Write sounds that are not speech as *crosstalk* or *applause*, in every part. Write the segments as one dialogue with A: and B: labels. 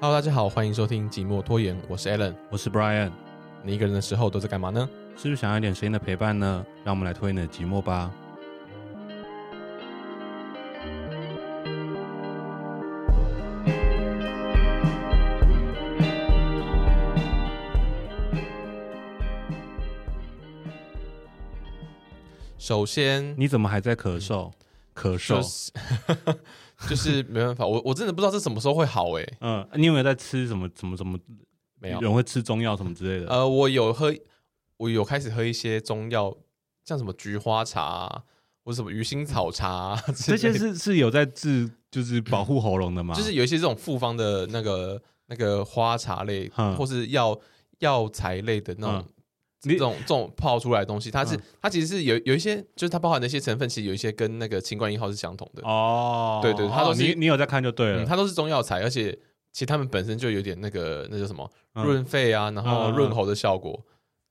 A: Hello，大家好，欢迎收听《寂寞拖延》，我是 Alan。
B: 我是 Brian，
A: 你一个人的时候都在干嘛呢？
B: 是不是想要一点声音的陪伴呢？让我们来拖延你的寂寞吧。
A: 首先，
B: 你怎么还在咳嗽？咳嗽
A: 嗯就？是 *laughs* 就是没办法，我我真的不知道这什么时候会好哎、
B: 嗯，你有没有在吃什么？什么什么？
A: 没有。
B: 人会吃中药什么之类的？
A: 呃，我有喝，我有开始喝一些中药，像什么菊花茶、啊、或者什么鱼腥草茶、啊，
B: 这些是是有在治，就是保护喉咙的吗？
A: 就是有一些这种复方的那个那个花茶类，
B: 嗯
A: 或是药药材类的那种
B: 嗯。
A: 这种这种泡出来的东西，它是、
B: 嗯
A: 它其实是有有一些，就是它包含的一些成分，其实有一些跟那个清冠一号是相同的。
B: 哦，
A: 对对它都
B: 哦
A: 是
B: 你你有在看就对
A: 嗯，
B: 了。
A: 它都是中药材，而且其实它们本身就有点那个那叫什么
B: 嗯
A: 润肺啊，然后
B: 嗯嗯嗯
A: 润喉的效果。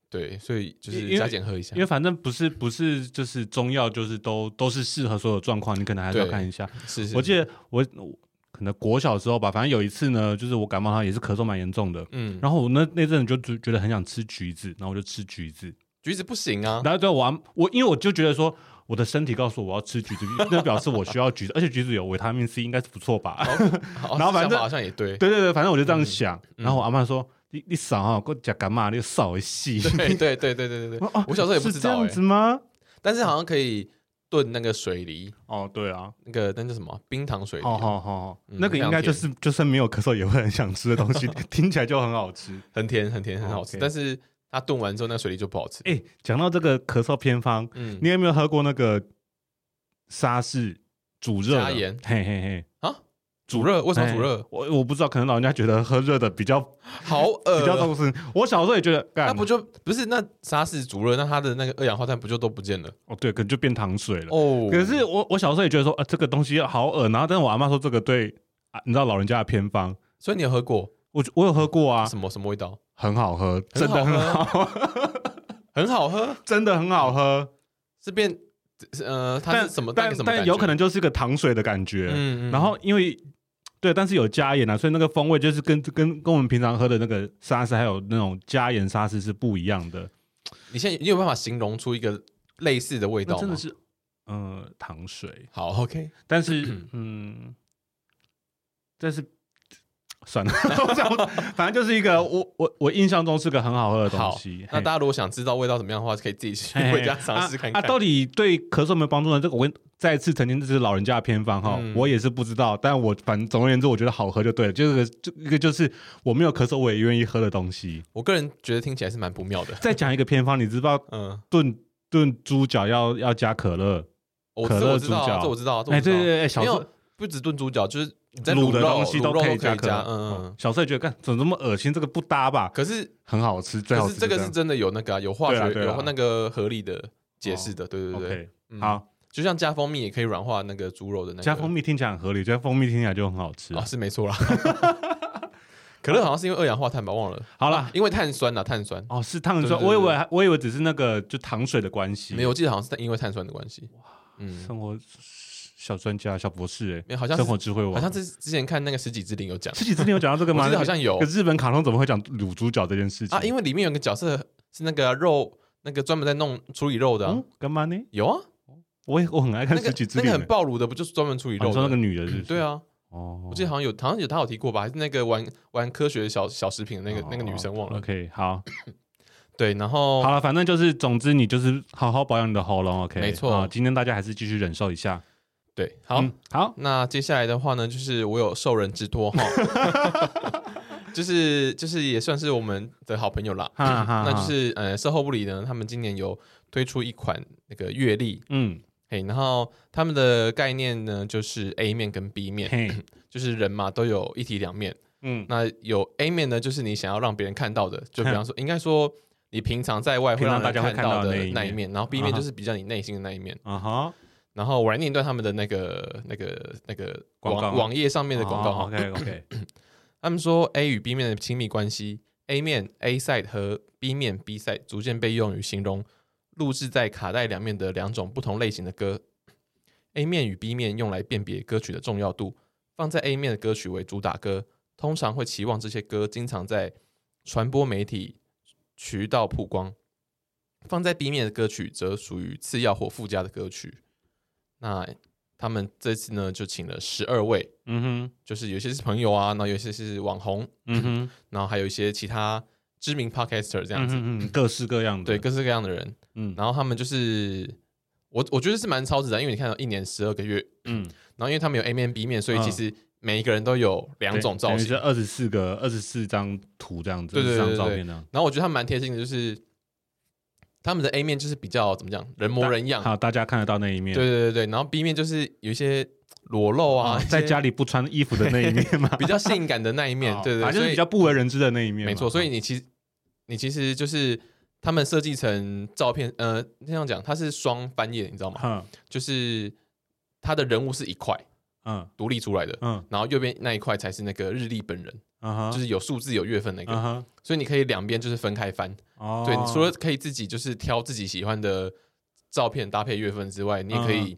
A: 对，所以就
B: 因
A: 是
B: 为
A: 加减喝一下
B: 因。为反正不是不是就是中药，就是都都是适合所有状况，你可能还是要
A: 对
B: 看一下。
A: 是是，
B: 我记得我我可能国小的时候吧，反正有一次呢，就是我感冒，它也是咳嗽蛮严重的。
A: 嗯，
B: 然后我那那阵子就觉觉得很想吃橘子，然后我就吃橘子。
A: 橘子不行啊。
B: 然后对我阿我因为我就觉得说，我的身体告诉我我要吃橘子，那表示我需要橘子，而且橘子有维他命 C，应该是不错吧？
A: 哦好
B: 然后
A: 这
B: 反
A: 想法
B: 正
A: 好像也对，
B: *laughs* 对对对，反正我就这样想。
A: 嗯
B: 然后我阿妈说：“你你少啊，给我讲干嘛？你少一细。
A: 对对对对对对对。
B: 我”
A: *laughs*
B: 哦
A: 我小时候也不
B: 是
A: 知
B: 这
A: 道
B: 样
A: 哎
B: 子，吗？
A: 但是好像可以炖那个水梨，
B: 哦，对啊，
A: 那个那叫什么冰糖水梨。
B: 哦好好好好，
A: 嗯
B: 那个应该就是就算没有咳嗽也会很想吃的东西， *laughs* 听起来就很好
A: *laughs*
B: 吃。
A: 很甜很甜很好吃，
B: 哦 OK
A: 但是它炖完之后那水梨就不好吃。
B: 哎，讲到这个咳嗽偏方，
A: 嗯，
B: 你有没有喝过那个沙士煮热的
A: 加盐？
B: 嘿嘿嘿，
A: 煮热为什么
B: 哎
A: 煮热？
B: 我我不知道，可能老人家觉得喝热的比较 *laughs*
A: 好
B: 比较
A: 恶
B: 重视。我小时候也觉得，干
A: 呃那不就不是那沙士煮热，那它的那个二氧化碳不就都不见了？
B: 哦，对，可能就变糖水了。
A: 哦，
B: 可是我我小时候也觉得说，啊，这个东西好恶然后但是我阿妈说这个对、啊，你知道老人家的偏方，
A: 所以你有喝过
B: 我我有喝过啊，
A: 什么什么味道？
B: 很好喝，真的
A: 很
B: 很
A: 好
B: 好， *laughs*
A: 很好喝，
B: 真的很好喝。
A: 是变呃，它
B: 但
A: 是什么？带
B: 但
A: 给什么感
B: 但
A: 觉？
B: 有可能就是个糖水的感觉。
A: 嗯，嗯
B: 然后因为对，但是有加盐啊，所以那个风味就是跟跟跟我们平常喝的那个沙士还有那种加盐沙士是不一样的。
A: 你现在你有办法形容出一个类似的味道吗？
B: 那真的是，呃，糖水，
A: 好，OK，*clears throat*
B: 但是嗯，但是算了， *laughs* 我想反正就是一个我我我印象中是个很好喝的东
A: 好
B: 西。。
A: 那
B: 嘿
A: 大家如果想知道味道怎么样的话，可以自己去
B: 嘿嘿
A: 回家尝试看看
B: 啊啊，。到底对咳嗽有没有帮助呢？这个我跟再次澄清，这是老人家的偏方哈，
A: 嗯
B: 我也是不知道。但我反正总而言之，我觉得好喝就对了。就是这个就一个就是我没有咳嗽，我也愿意喝的东西。
A: 我个人觉得听起来是蛮不妙的。
B: 再讲一个偏方，你知不知道
A: 嗯，
B: 炖炖猪脚要要加可乐？
A: 我
B: 可
A: 这我
B: 乐
A: 知道
B: 猪
A: 啊，
B: 脚
A: 这我知道啊，这我
B: 哎，
A: 知道
B: 对
A: 啊
B: 对对，哎小
A: 没
B: 时候
A: 有不止炖猪脚，就是你在
B: 卤
A: 肉
B: 的东西
A: 卤
B: 都
A: 肉
B: 可
A: 可
B: 以加可乐。哦
A: 嗯嗯。嗯
B: 小时候也觉得干怎么这么恶心，这个不搭吧？
A: 可是
B: 很好吃，最好
A: 可
B: 吃
A: 是这个是真的有那个啊有化
B: 对啊
A: 学
B: 对啊哦
A: 有那个合理的解释的，对对对。
B: OK。
A: 嗯
B: 好，
A: 就像加蜂蜜也可以软化那个猪肉的那个
B: 加蜂蜜听起来很合理，加蜂蜜听起来就很好吃
A: 啊，。是没
B: *laughs*
A: 错啦。可乐好像是因为二氧化碳吧，忘了，
B: 好啦，
A: 因为碳酸呐，碳酸。
B: 哦，是碳
A: 对对
B: 酸，
A: 对
B: 我以为我以为只是那个就糖水的关系。
A: 没有，我记得好像是因为碳酸的关系。嗯，
B: 生活小专家、小博士，
A: 没有，好
B: 哎，
A: 像是
B: 生活智慧王。
A: 好像之之前看那个十几之灵有讲，
B: 这几之前有讲到这个
A: 我
B: 吗？
A: 记得好像有
B: 那个日本卡通怎么会讲卤猪脚这件事情
A: 啊，因为里面有个角色是那个啊肉，那个专门在弄处理肉的啊
B: 嗯，干嘛呢？
A: 有啊，
B: 我也我很爱看
A: 那
B: 十
A: 个
B: 几之
A: 那个
B: 恋欸
A: 很。暴乳的不就是专门处理
B: 哦
A: 肉
B: 你说那
A: 的？
B: 个女的是？
A: 对
B: 啊。
A: 啊，
B: 哦，
A: 我记得好像有，好像有他有提过吧，还是那个玩玩科学的小小食品的那个、
B: 哦
A: 那个女生忘了。
B: OK，好，
A: 对，然后
B: 好了，反正就是，总之你就是好好保养你的喉咙，OK？
A: 没错
B: 啊今天大家还是继续忍受一下。
A: 对，好、
B: 嗯
A: *clears throat*
B: 好，
A: 那接下来的话呢，就是我有受人之托哈， *laughs* 就是就是也算是我们的好朋友啦。
B: 哈哈，
A: 那就
B: 哈
A: 是呃，售后部里呢，他们今年有推出一款那个月历，
B: 嗯，
A: 嘿，然后他们的概念呢就是 A 面跟 B 面，
B: 嘿，
A: *clears throat* 就是人嘛都有一体两面。
B: 嗯，
A: 那有 A 面呢，就是你想要让别人看到的，就比
B: *laughs*
A: 方说，应该说你平常在外会
B: 平
A: 让
B: 常
A: 人
B: 大家会
A: 看到
B: 看到的
A: 的
B: 那一
A: 那一
B: 面
A: 面，然后 B 面
B: 啊哈
A: 就是比较你内心的那一面。
B: 啊哈，
A: 然后我来念一段他们的那个、那个、那个
B: 广告
A: 网
B: 吗
A: 网页上面的广告哈。
B: ，OK OK，
A: 他们说 A 与 B 面的亲密关系，A 面 A side 和 B 面 B side 逐渐被用于形容录制在卡带两面的两种不同类型的歌。A 面与 B 面用来辨别歌曲的重要度，放在 A 面的歌曲为主打歌通常会期望这些歌经常在传播媒体渠道曝光。放在 B 面的歌曲则属于次要或附加的歌曲。那他们这次呢，就请了十二位，
B: 嗯哼，
A: 就是有些是朋友啊，然后有些是网红，
B: 嗯哼，
A: 然后还有一些其他知名 podcaster 这样子，
B: 嗯哼嗯各式各样的，
A: 对，各式各样的人。
B: 嗯
A: 然后他们就是我我觉得是蛮超值的，因为你看到一年十二个月，
B: 嗯，
A: 然后因为他们有 A 面 B 面，所以
B: 嗯
A: 其实每一个人都有两种造型。
B: 二十四个二十四张图这样子，
A: 对对对
B: 24张照
A: 对
B: 片这样。
A: 然后我觉得他们蛮贴心的，就是他们的 A 面就是比较怎么讲，人模人样，
B: 好，大家看得到那一面，
A: 对对对对。然后 B 面就是有一些裸露啊，
B: 啊，
A: 一些
B: 在家里不穿衣服的那一面嘛，
A: 比较性感的那一 *laughs* 面
B: *laughs* 哦，
A: 对对，
B: 反正就
A: 所
B: 是
A: 以
B: 比较不为人知的那一面嘛，
A: 没错，所以你其实你其实就是他们设计成照片，呃，那样讲，它是双翻页，你知道吗？
B: 嗯
A: 就是它的人物是一块
B: 嗯
A: 独立出来的，
B: 嗯
A: 然后右边那一块才是那个日历本人，
B: 嗯哼，
A: 就是有数字有月份那个，
B: 嗯哼，
A: 所以你可以两边就是分开翻。
B: 哦，
A: 对，你除了可以自己就是挑自己喜欢的照片搭配月份之外，你也可
B: 嗯
A: 以，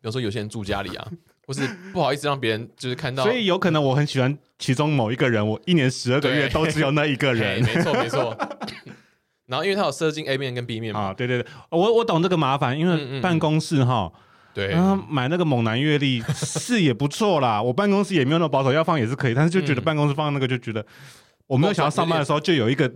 A: 比如说有些人住家里啊，或是不好意思让别人就是看到，
B: 所以有可能我很喜欢其中某一个人，我一年十二个月
A: 对
B: 都只有那一个
A: 嘿 *laughs*
B: 人
A: 没错没
B: *laughs*
A: 错。然后因为它有设计 A 面跟 B 面嘛，
B: 啊，对对对，我我懂这个麻烦，因
A: 嗯嗯
B: 为
A: 嗯
B: 办公室哈，
A: 对，
B: 嗯，买那个猛男阅历是也不错啦，我办公室也没有那么保守，要放也是可以，但是就觉得
A: 嗯
B: 办公室放那个就觉得。我没有想要上班的时候，就有一个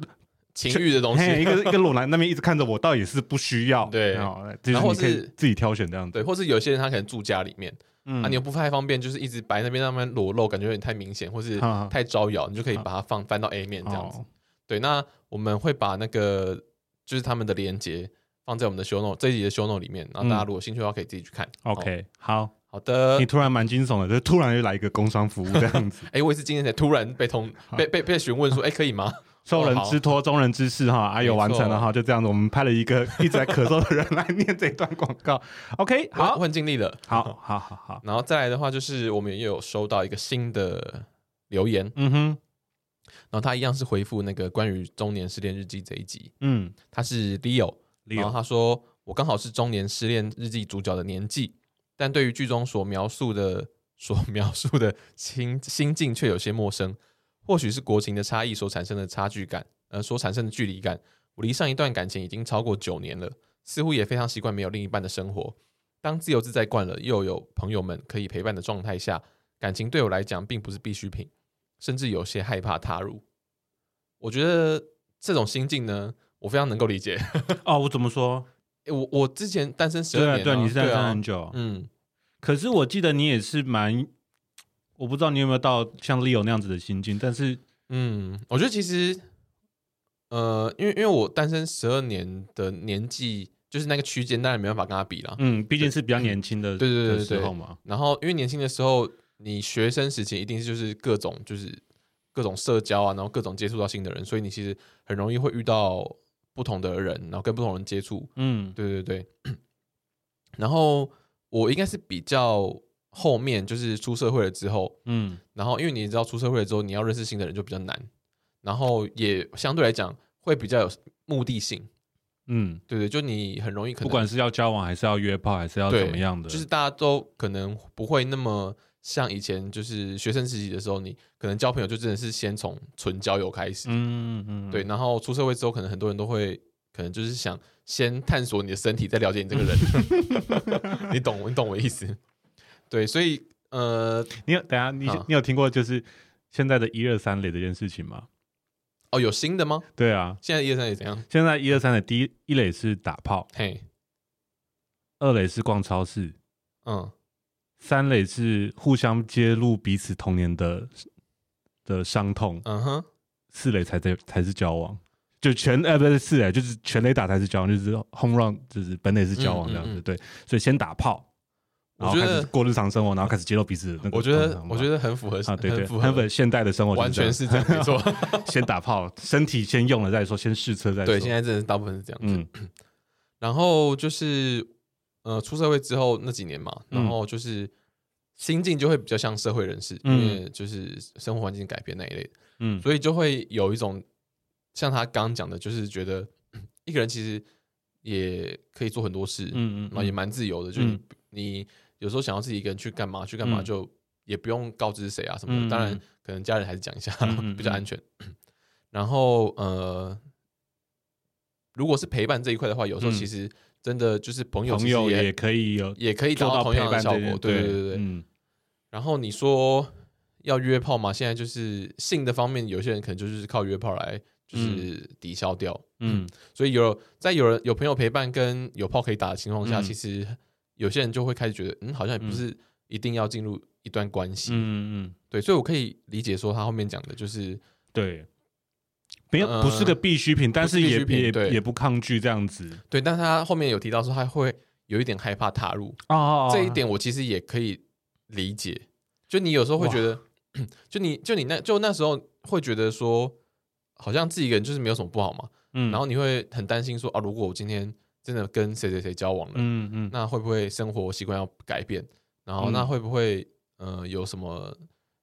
A: 情欲的东西，
B: 嘿一个一个裸男那边一直看着我，倒也是不需要。
A: 对
B: 哦就是
A: 然后
B: 你可以
A: 是
B: 自己挑选这样
A: *laughs*
B: 子。
A: 对，或是有些人他可能住家里面，
B: 嗯
A: 啊，你又不太方便，就是一直摆那边那边裸露，感觉有点太明显，或是
B: 啊
A: 太招摇，你就可以把它放翻到 A 面这样
B: 哦
A: 子。对，那我们会把那个就是他们的连接放在我们的 show note 这一集的 show note 里面，然后大家如果有兴趣的话可以自己去看。
B: 哦 OK，好，
A: 好好的
B: 嗯你，突然蛮惊悚的，就突然又来一个工商服务这
A: *laughs*
B: 样子，
A: 哎，我也是今天才突然被通被被被询问说，哎，可以吗？
B: 受人之托，忠人之事哈，啊，有
A: 没错
B: 完成了哈，就这样子，我们派了一个一直在咳嗽的人来念这一段广告。OK，
A: *laughs* 我
B: *laughs* 好
A: 我，很尽力了。
B: 好，好，好，好，
A: 然后再来的话，就是我们也有收到一个新的留言，
B: 嗯哼，
A: 然后他一样是回复那个关于中年失恋日记这一集，
B: 嗯，
A: 他是 Leo，然后他说：“我刚好是中年失恋日记主角的年纪，但对于剧中所描述的所描述的心心境却有些陌生。或许是国情的差异所产生的差距感，呃，所产生的距离感。我离上一段感情已经超过九年了，似乎也非常习惯没有另一半的生活。当自由自在惯了，又有朋友们可以陪伴的状态下，感情对我来讲并不是必需品，甚至有些害怕踏入。我觉得这种心境呢，我非常能够理解。
B: 哦，我怎么说？
A: 欸我我之前单身十
B: 对
A: 二
B: 啊，
A: 年、啊，
B: 对，你是单身
A: 啊
B: 很久，
A: 嗯，
B: 可是我记得你也是蛮，我不知道你有没有到像 Leo 那样子的心境，但是
A: 嗯，我觉得其实，呃，因为因为我单身十二年的年纪，就是那个区间，当然没办法跟他比啦。
B: 嗯，毕竟是比较年轻的
A: 对对对对
B: 的时
A: 对
B: 候嘛，
A: 然后因为年轻的时候，你学生时期一定是就是各种就是各种社交啊，然后各种接触到新的人，所以你其实很容易会遇到不同的人，然后跟不同人接触。
B: 嗯
A: 对对对。然后我应该是比较后面，就是出社会了之后，
B: 嗯
A: 然后因为你知道出社会了之后，你要认识新的人就比较难，然后也相对来讲会比较有目的性，
B: 嗯，
A: 对对，就你很容易可能
B: 不管是要交往还是要约炮还是要
A: 对
B: 怎么样的，
A: 就是大家都可能不会那么像以前就是学生时期的时候，你可能交朋友就真的是先从纯交友开始，
B: 嗯嗯嗯，
A: 对，然后出社会之后，可能很多人都会可能就是想先探索你的身体，再了解你这个人，
B: *laughs*
A: 你懂我，你懂我意思，对，所以呃，
B: 你有等一下你
A: 啊
B: 你有听过就是现在的一二三垒这件事情吗？
A: 哦，有新的吗？
B: 对啊，
A: 现在一二三也怎样？
B: 现在一二三垒第一一垒是打炮，
A: 嘿，
B: 二垒是逛超市，
A: 嗯，
B: 三垒是互相揭露彼此童年的的伤痛，
A: 嗯哼。
B: 四垒才在才是交往。就全呃不是四垒，就是全垒打才是交往，就是 home run 就是本垒是交往这样子，
A: 嗯嗯嗯
B: 对，所以先打炮，然
A: 我
B: 后
A: 觉
B: 开
A: 得
B: 始过日常生活，然后开始揭露彼此的那个
A: 我觉得，我觉
B: 得
A: 得很符合，
B: 啊，对对，
A: 很符
B: 很
A: 合，
B: 本现代的生活
A: 完全
B: 就是
A: 这样，没
B: *laughs*
A: 错。
B: 这样先打炮，身体先用了再说，先试车再说，
A: *laughs* 对，现在真的是大部分是这样子。
B: 嗯
A: 然后就是，呃，出社会之后那几年嘛，
B: 嗯
A: 然后就是心境就会比较像社会人士，因
B: 嗯
A: 为就是生活环境改变那一类的，
B: 嗯
A: 所以就会有一种像他刚讲的，就是觉得嗯一个人其实也可以做很多事，
B: 嗯嗯
A: 然后也蛮自由的，就是你
B: 嗯
A: 你有时候想要自己一个人去干嘛去干嘛
B: 嗯
A: 就。也不用告知谁啊什么
B: 嗯
A: 的。当然，可能家人还是讲一下
B: 嗯
A: *laughs*
B: 嗯
A: 比较安全。然后呃，如果是陪伴这一块的话，有时候
B: 嗯
A: 其实真的就是朋友，
B: 朋友也可以有
A: 也可以达
B: 做
A: 到
B: 到
A: 同
B: 陪
A: 样的
B: 伴
A: 效
B: 这
A: 果。
B: 件
A: 对对
B: 对
A: 对对。
B: 嗯
A: 然后你说要约炮嘛？现在就是性的方面，有些人可能就是靠约炮来就是抵消掉。
B: 嗯
A: 所以有在有人有朋友陪伴跟有炮可以打的情况下，
B: 嗯
A: 其实有些人就会开始觉得，嗯，好像也不是一定要进入一段关系。
B: 嗯嗯，
A: 对，所以我可以理解说他后面讲的就是
B: 对，没有不是个必需品，
A: 嗯
B: 但
A: 不
B: 是
A: 是必
B: 也
A: 需品对
B: 也也不抗拒这样子
A: 对，但他后面有提到说他会有一点害怕踏入、
B: 哦
A: 这一点，我其实也可以理解。就你有时候会觉得， *clears throat* 就你就你那就那时候会觉得说，好像自己一个人就是没有什么不好嘛，
B: 嗯，
A: 然后你会很担心说啊，如果我今天真的跟谁谁谁交往了，
B: 嗯嗯
A: 那会不会生活习惯要改变？然后
B: 嗯
A: 那会不会呃有什么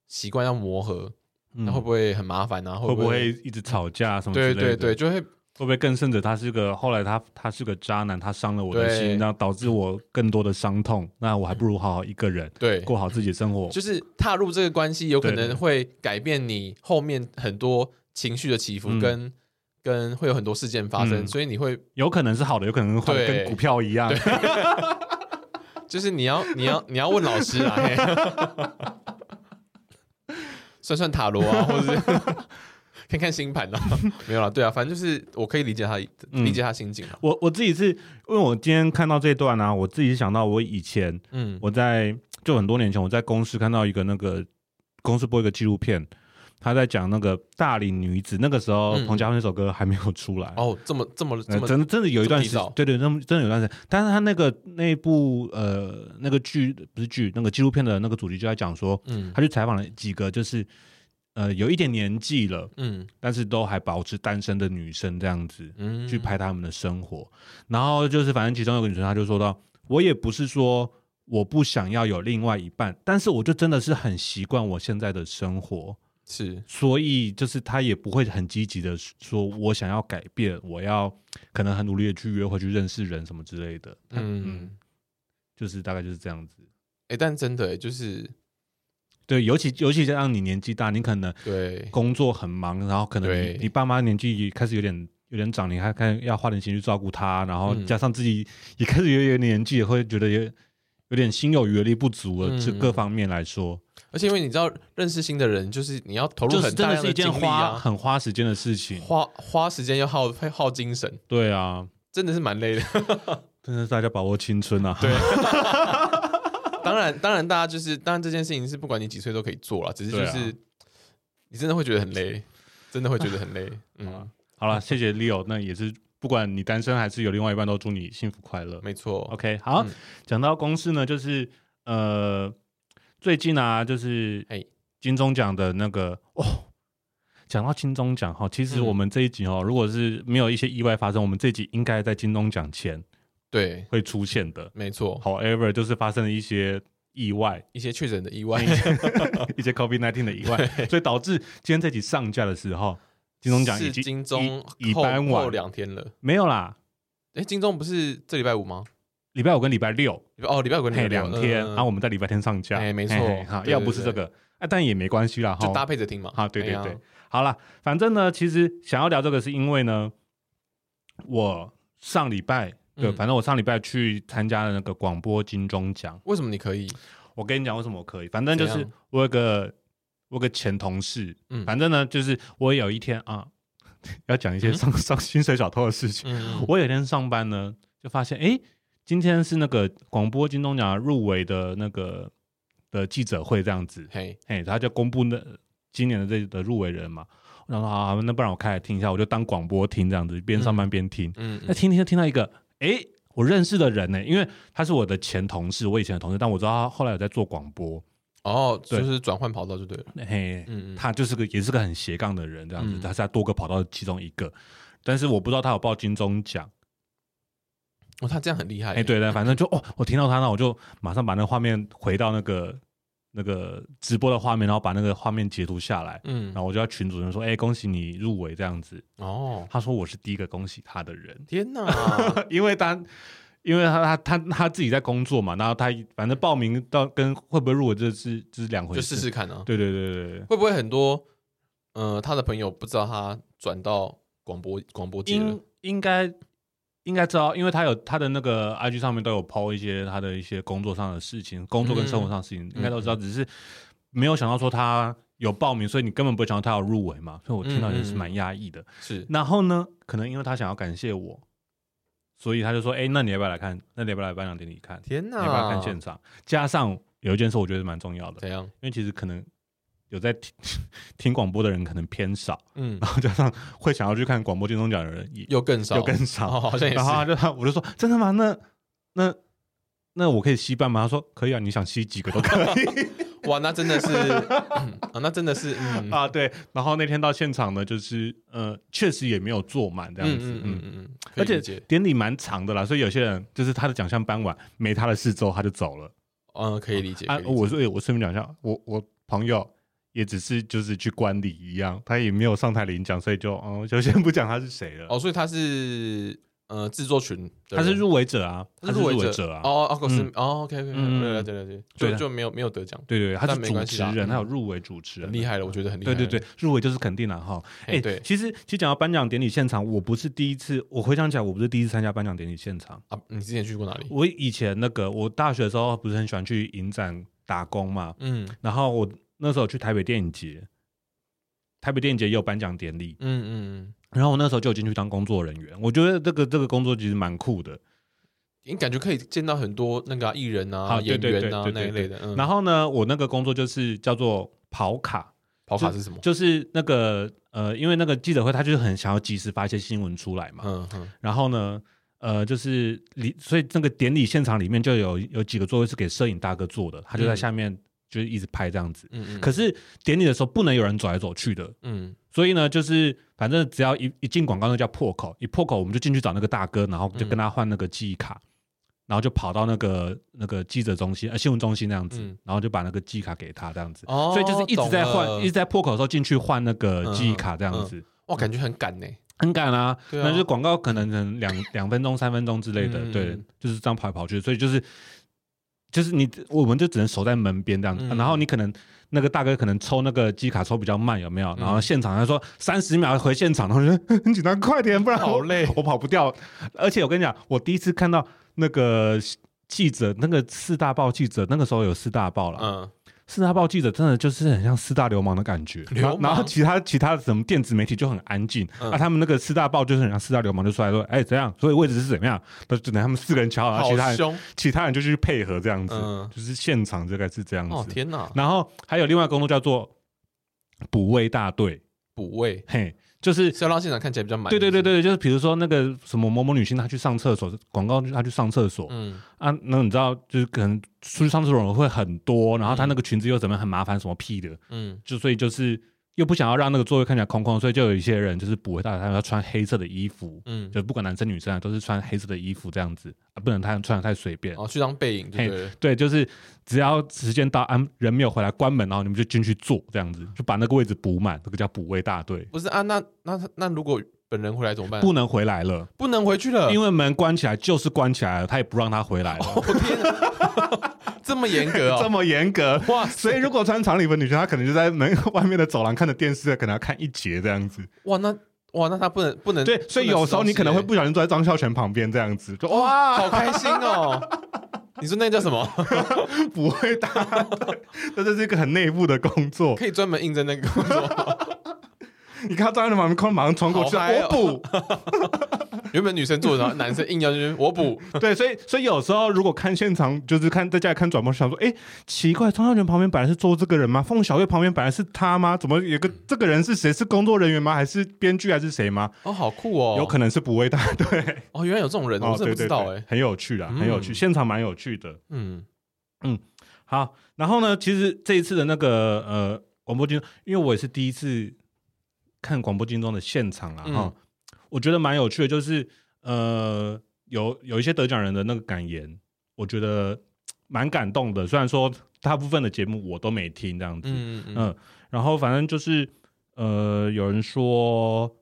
A: 习惯要磨合？
B: 嗯
A: 那会不会很麻烦啊？
B: 会
A: 不
B: 不会一直吵架什么之
A: 对
B: 类的？
A: 对对，，就会
B: 会不会更甚者，他是个后来他他是个渣男，他伤了我的
A: 对
B: 心，那导致我更多的伤痛，那我还不如好好一个人
A: 对，
B: 过好自己的生活。
A: 就是踏入这个关系，有可
B: 对
A: 能
B: 对
A: 会改变你后面很多情绪的起伏
B: 嗯
A: 跟，跟会有很多事件发生，
B: 嗯
A: 所以你会
B: 有可能是好的，有可能是坏的，
A: 对
B: 跟股票一样。
A: 就是你要你要你要问老
B: *laughs*
A: 师啊，嘿 *laughs* 算算塔罗啊，或者是 *laughs* 看看星盘啊， *laughs* 没有啦，对啊，反正就是我可以理解他
B: 嗯
A: 理解他心境啊，
B: 我我自己是因为我今天看到这段呢、啊，我自己想到我以前
A: 嗯
B: 我在就很多年前我在公司看到一个那个公司播一个纪录片，他在讲那个大龄女子，那个时候
A: 嗯
B: 彭佳慧那首歌还没有出来。
A: 哦，这么这么这
B: 呃
A: 么，
B: 真的真的有一段时
A: 这么提早
B: 对对，那么真的有一段时间。但是他那个那部呃那个剧不是剧，那个纪录片的那个主题就在讲说，
A: 嗯
B: 他去采访了几个就是呃有一点年纪了，
A: 嗯
B: 但是都还保持单身的女生这样子
A: 嗯，
B: 去拍他们的生活。然后就是反正其中有个女生，她就说到，我也不是说。我不想要有另外一半，但是我就真的是很习惯我现在的生活，
A: 嗯是
B: 所以就是他也不会很积极的说，我想要改变，我要可能很努力的去约会、去认识人什么之类的。
A: 嗯，
B: 嗯，就是大概就是这样子。
A: 哎、但真的、欸、就是
B: 对，尤其尤其是让你年纪大，你可能
A: 对
B: 工作很忙，然后可能
A: 对
B: 你你爸妈年纪也开始有点有点长，你还看要花点钱去照顾他，然后
A: 嗯
B: 加上自己 *laughs* 也开始有点年纪，也会觉得有有点心有余而力不足了，这
A: 嗯
B: 各方面来说，
A: 而且因为你知道，认识新的人就是你要投入
B: 就是
A: 很
B: 真
A: 大
B: 的
A: 量
B: 是一件
A: 精力
B: 花
A: 啊，
B: 很花时间的事情。
A: 花花时间要耗会耗精神，
B: 对啊，
A: 真的是蛮累的。 *laughs*
B: 真的是大家把握青春啊！
A: 对，当然当然，大家就是当然这件事情是不管你几岁都可以做了，只是就
B: 对啊
A: 是、你真的会觉得很累，真的会觉得很
B: *laughs*
A: 累。嗯，
B: 好啊了，谢谢 Leo，那也是不管你单身还是有另外一半，都祝你幸福快乐。
A: 没错。
B: OK，好
A: 嗯，
B: 讲、到公式呢，就是呃，最近啊，就是
A: 嘿
B: 金钟奖的那个哦，讲到金钟奖哈，其实
A: 嗯
B: 我们这一集哦，如果是没有一些意外发生，我们这一集应该在金钟奖前
A: 对，
B: 会出现的。
A: 没错，
B: However，就是发生了一些意外，
A: 一些确诊的意外，
B: 一些 COVID 1 9的意
A: *laughs*
B: 外，所以导致今天这集上架的时候，金钟奖已
A: 是
B: 经
A: 金钟
B: 已
A: 后
B: 搬完
A: 后两天了。
B: 没有啦，
A: 哎，金钟不是这礼拜五吗？
B: 礼拜五跟礼拜六。
A: 礼拜哦，礼拜五跟礼
B: 嘿，
A: 拜六
B: 两天，
A: 嗯
B: 然后我们在礼拜天上架，
A: 哎没错
B: 嘿嘿好，
A: 对
B: 要不是
A: 对
B: 这个，啊，但也没关系啦，
A: 就
B: 哈
A: 搭，配着听嘛。
B: 好，对对
A: 哎呀
B: 对，，好啦，反正呢，其实想要聊这个是因为呢，我上礼拜对，
A: 嗯
B: 反正我上礼拜去参加了那个广播金钟奖，
A: 为什么你可以？
B: 我跟你讲为什么我可以，反正就
A: 怎
B: 是
A: 样
B: 我有个我有个前同事，
A: 嗯
B: 反正呢，就是我有一天啊， *laughs* 要讲一些
A: 嗯
B: *laughs* 上上薪水小偷的事情， *laughs*
A: 嗯，
B: 我有一天上班呢，就发现，诶，今天是那个广播金钟奖入围的那个的记者会这样子，
A: 嘿，
B: 哎，他就公布那今年的这的入围人嘛。我想说，好、好那不然我开来听一下，我就当广播听这样子，边上班边听。
A: 嗯，
B: 那
A: 嗯
B: 听听就听到一个，诶，我认识的人呢、因为他是我的前同事，我以前的同事，但我知道他后来有在做广播，
A: 哦，就
B: 对
A: 是转换跑道就对了。
B: 嘿，
A: 嗯嗯，
B: 他就是个也是个很斜杠的人这样子，
A: 嗯
B: 他是在多个跑道的其中一个，但是我不知道他有报金钟奖。
A: 哦，他这样很厉害。
B: 哎、，对的，反正就哦，我听到他，那我就马上把那个画面回到那个那个直播的画面，然后把那个画面截图下来，
A: 嗯
B: 然，后我就要群主人说，哎、恭喜你入围这样子。
A: 哦，
B: 他说我是第一个恭喜他的人，
A: 天哪！
B: *laughs* 因为他因为他他他他自己在工作嘛，然后他反正报名到跟会不会入围这是这是两回
A: 就
B: 事，
A: 试试看啊。
B: 对对对对对，
A: 会不会很多呃他的朋友不知道他转到广播广播界了
B: 应？应该应该知道，因为他有他的那个 IG 上面都有 PO 一些他的一些工作上的事情，工作跟生活上的事情、应该都知道，只是没有想到说他有报名，所以你根本不会想到他有入围嘛，所以我听到也是蛮压抑的。
A: 是
B: 然后呢，可能因为他想要感谢我，所以他就说：“哎、那你要不要来看？那你要不要来颁奖典礼看？
A: 天
B: 你要不要看现场？”加上有一件事，我觉得蛮重要的，
A: 怎样？
B: 因为其实可能有在听 *laughs* 听广播的人可能偏少， *laughs*
A: 嗯，
B: 然后加上会想要去看广播金钟奖的人也
A: 又更少，
B: 又更少。
A: 哦，好像也是
B: 然后他就他我就说：“真的吗？那那那我可以吸半吗？”他说：“可以啊，你想吸几个都可以。”
A: *laughs*
B: *laughs*
A: 哇，那真的是嗯啊，那真的是嗯
B: 啊，对。然后那天到现场呢，就是呃，确实也没有坐满这样子，
A: 嗯
B: 嗯
A: 嗯嗯嗯，可以
B: 而且
A: 理解
B: 典礼蛮长的啦，所以有些人就是他的奖项颁完没他的事之后他就走了。
A: 嗯可以理解，
B: 啊
A: 可以，理解
B: 我所以我顺便讲一下，我我朋友也只是就是去观礼一样，他也没有上台领奖，所以就嗯，就先不讲他是谁了。
A: 哦，所以他是呃制作群的
B: 他
A: 人，
B: 是入围者啊，
A: 他
B: 是
A: 是围
B: 围
A: 者
B: 啊。
A: 哦哦哦是
B: 嗯
A: 哦 OK OK
B: 嗯
A: 了解了解，
B: 对
A: 就
B: 的
A: 就没有没有得奖，
B: 对对，他
A: 但
B: 是
A: 没
B: 主
A: 关系
B: 持
A: 啦
B: 人，
A: 嗯
B: 他有入围主持人，
A: 很厉害了，我觉得很厉害，
B: 对对对，，入围就是肯定了哈。
A: 哎
B: 哎，
A: 对
B: 其实其实讲到颁奖典礼现场，我不是第一次，我回想起来，我不是第一次参加颁奖典礼现场。
A: 啊，你之前去过哪里？
B: 我以前那个，我大学的时候不是很喜欢去影展打工嘛，
A: 嗯
B: 然后我那时候去台北电影节，台北电影节也有颁奖典礼，
A: 嗯嗯，
B: 然后我那时候就有进去当工作人员，我觉得这个这个工作其实蛮酷的。
A: 你感觉可以见到很多那个啊艺人啊、
B: 啊对
A: 演
B: 对
A: 员啊
B: 对对
A: 那一
B: 对
A: 类的，嗯，
B: 然后呢，我那个工作就是叫做跑卡，
A: 跑卡是什么？
B: 就是那个呃，因为那个记者会他就是很想要及时发一些新闻出来嘛，
A: 嗯嗯
B: 然后呢。呃，就是里，所以那个典礼现场里面就有有几个座位是给摄影大哥坐的，他就在
A: 嗯
B: 下面就是一直拍这样子。
A: 嗯嗯，
B: 可是典礼的时候不能有人走来走去的，
A: 嗯
B: 所以呢，就是反正只要一一进广告那叫破口，一破口我们就进去找那个大哥，然后就跟他换那个记忆卡，
A: 嗯
B: 然后就跑到那个那个记者中心呃新闻中心那样子，
A: 嗯
B: 然后就把那个记忆卡给他这样子，
A: 哦，
B: 嗯所以就是一直在换，
A: 懂了嗯
B: 一直在破口的时候进去换那个记忆卡这样子。
A: 哇，感觉很赶呢，
B: 很赶啊，
A: 对啊
B: 那就是广告可能可能两两分钟、三分钟之类的，
A: 嗯
B: 对，就是这样跑来跑去，所以就是就是你我们就只能守在门边这样，
A: 嗯
B: 然后你可能那个大哥可能抽那个机卡抽比较慢，有
A: 嗯
B: 没有？然后现场他说三十秒回现场，然后我就 *laughs* 觉得很紧张，快
A: *laughs*
B: 点，不然
A: 好
B: 我
A: 累，
B: 我跑不掉。而且我跟你讲，我第一次看到那个记者，那个四大报记者，那个时候有四大报了，
A: 嗯，
B: 四大报记者真的就是很像四大流氓的感觉，
A: 流
B: 然后然后
A: 氓
B: 其他其他什么电子媒体就很安静，
A: 嗯
B: 啊，他们那个四大报就是很像四大流氓，就出来说，哎，怎样？所以位置是怎么样？都只能他们四个人瞧好，然后其他
A: 好
B: 人
A: 凶
B: 其他人就去配合这样子，
A: 嗯
B: 就是现场大概是这样
A: 哦，
B: 子。
A: 天哪，
B: 然后还有另外一个工作叫做补位大队，
A: 补位
B: 嘿，就是
A: 是要让现场看起来比较满，
B: 对对对
A: 是不是，
B: 对，就是比如说那个什么某某女星她去上厕所，广告她去上厕所，
A: 嗯
B: 啊，那你知道，就是可能出去上厕所的人会很多，然后他那个裙子又怎么样很麻烦，什么屁的，
A: 嗯
B: 就所以就是又不想要让那个座位看起来空空，所以就有一些人就是补回大家，他们要穿黑色的衣服，
A: 嗯，
B: 就不管男生女生啊，都是穿黑色的衣服这样子啊，不能太穿的太随便。
A: 哦，去当背影，对不对？
B: 对，就是只要时间到，安人没有回来，关门，然后你们就进去坐，这样子就把那个位置补满，这个叫补位大队，
A: 不是啊，那那那如果本人回来怎么办？
B: 不能回来了，
A: 不能回去了，
B: 因为门关起来就是关起来了，他也不让他回来了，
A: 我天哪，这么严格
B: 哦 *laughs* 这
A: 哦，
B: 么严 *laughs* 格，
A: 哇
B: 所以如果穿长礼服的女生，她可能就在门 *laughs* 外面的走廊看着电视，可能要看一节这样子。
A: 哇那哇那他不能不能
B: 对，所以有时候你可能会不小心坐在张孝全旁边这样子，就哦哇
A: 哇，好开心哦。
B: *laughs*
A: 你说那叫什么？
B: 不会打， *laughs* 这就是一个很内部的工作。
A: 可以专门应征那个工作吗。
B: 你看到张孝全旁边空马上冲过去，
A: 好嗨
B: 我
A: 哦
B: 补。
A: 原本女生做的，然后男生硬要就是我补，
B: 对，所以所以有时候如果看现场，就是看在家里看转播，想说，哎，奇怪，张孝全旁边本来是坐这个人吗？凤小岳旁边本来是他吗？怎么有个这个人是谁？是工作人员吗？还是编剧还是谁吗？
A: 哦，好酷哦，
B: 有可能是不会打，对。
A: 哦，原来有这种人，我
B: 哦，
A: 真的
B: 对
A: 不
B: 对
A: 知道
B: 对
A: 哎，
B: 很有趣啦，很有趣，
A: 嗯
B: 现场蛮有趣的。
A: 嗯
B: 好，然后呢，其实这一次的那个呃广播金钟，因为我也是第一次看广播金钟的现场啦，
A: 嗯
B: 哈、我觉得蛮有趣的，就是呃有有一些得奖人的那个感言，我觉得嘖蛮感动的。虽然说大部分的节目我都没听这样子，
A: 嗯嗯
B: 嗯然后反正就是呃，有人说，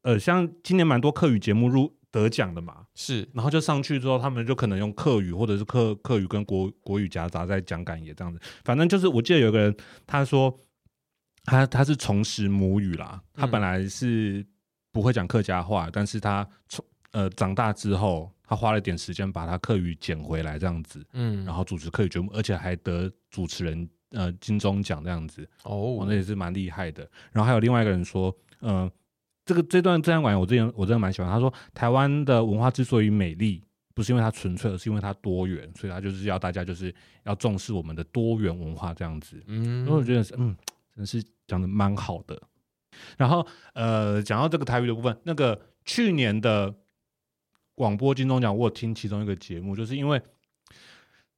B: 呃，像今年蛮多课语节目入得得奖的嘛，
A: 是
B: 然后就上去之后，他们就可能用客语或者是客客语跟国国语夹杂在讲感也这样子。反正就是我记得有个人他说他他是重拾母语啦，他
A: 嗯
B: 本来是不会讲客家话，但是他从呃长大之后，他花了点时间把他客语捡回来这样子，
A: 嗯，
B: 然后主持客语节目，而且还得主持人呃金钟奖这样子。我
A: 哦，
B: 那也是蛮厉害的。然后还有另外一个人说，呃，这个这段这段感我之前我真的蛮喜欢。他说，台湾的文化之所以美丽，不是因为它纯粹，而是因为它多元，所以他就是要大家就是要重视我们的多元文化这样子。
A: 嗯
B: 所以我觉得是，嗯，真是讲的蛮好的。然后呃，讲到这个台语的部分，那个去年的广播金钟奖，我有听其中一个节目，就是因为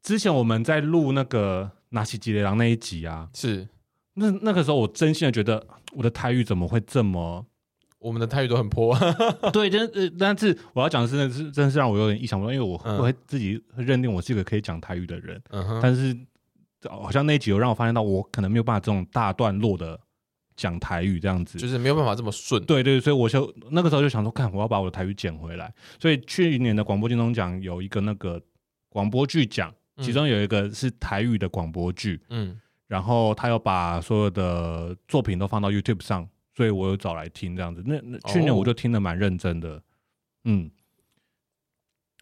B: 之前我们在录那个拿起吉雷郎那一集啊，
A: 是
B: 那那个时候，我真心的觉得我的台语怎么会这么……
A: 我们的泰语都很啊破，
B: *laughs* 对，真是呃但是我要讲的是，是真是让我有点意想不到，因为我、
A: 嗯
B: 我会自己认定我是一个可以讲台语的人，
A: 嗯哼，
B: 但是好像那一集有让我发现到，我可能没有办法这种大段落的讲台语这样子。
A: 就是没有办法这么顺，
B: 对对，所以我就那个时候就想说，看我要把我的台语捡回来。所以去年的广播金钟奖有一个那个广播剧奖，
A: 嗯
B: 其中有一个是台语的广播剧，
A: 嗯，
B: 然后他又把所有的作品都放到 YouTube 上，所以我有找来听这样子。那那去年
A: 哦
B: 我就听得蛮认真的，嗯，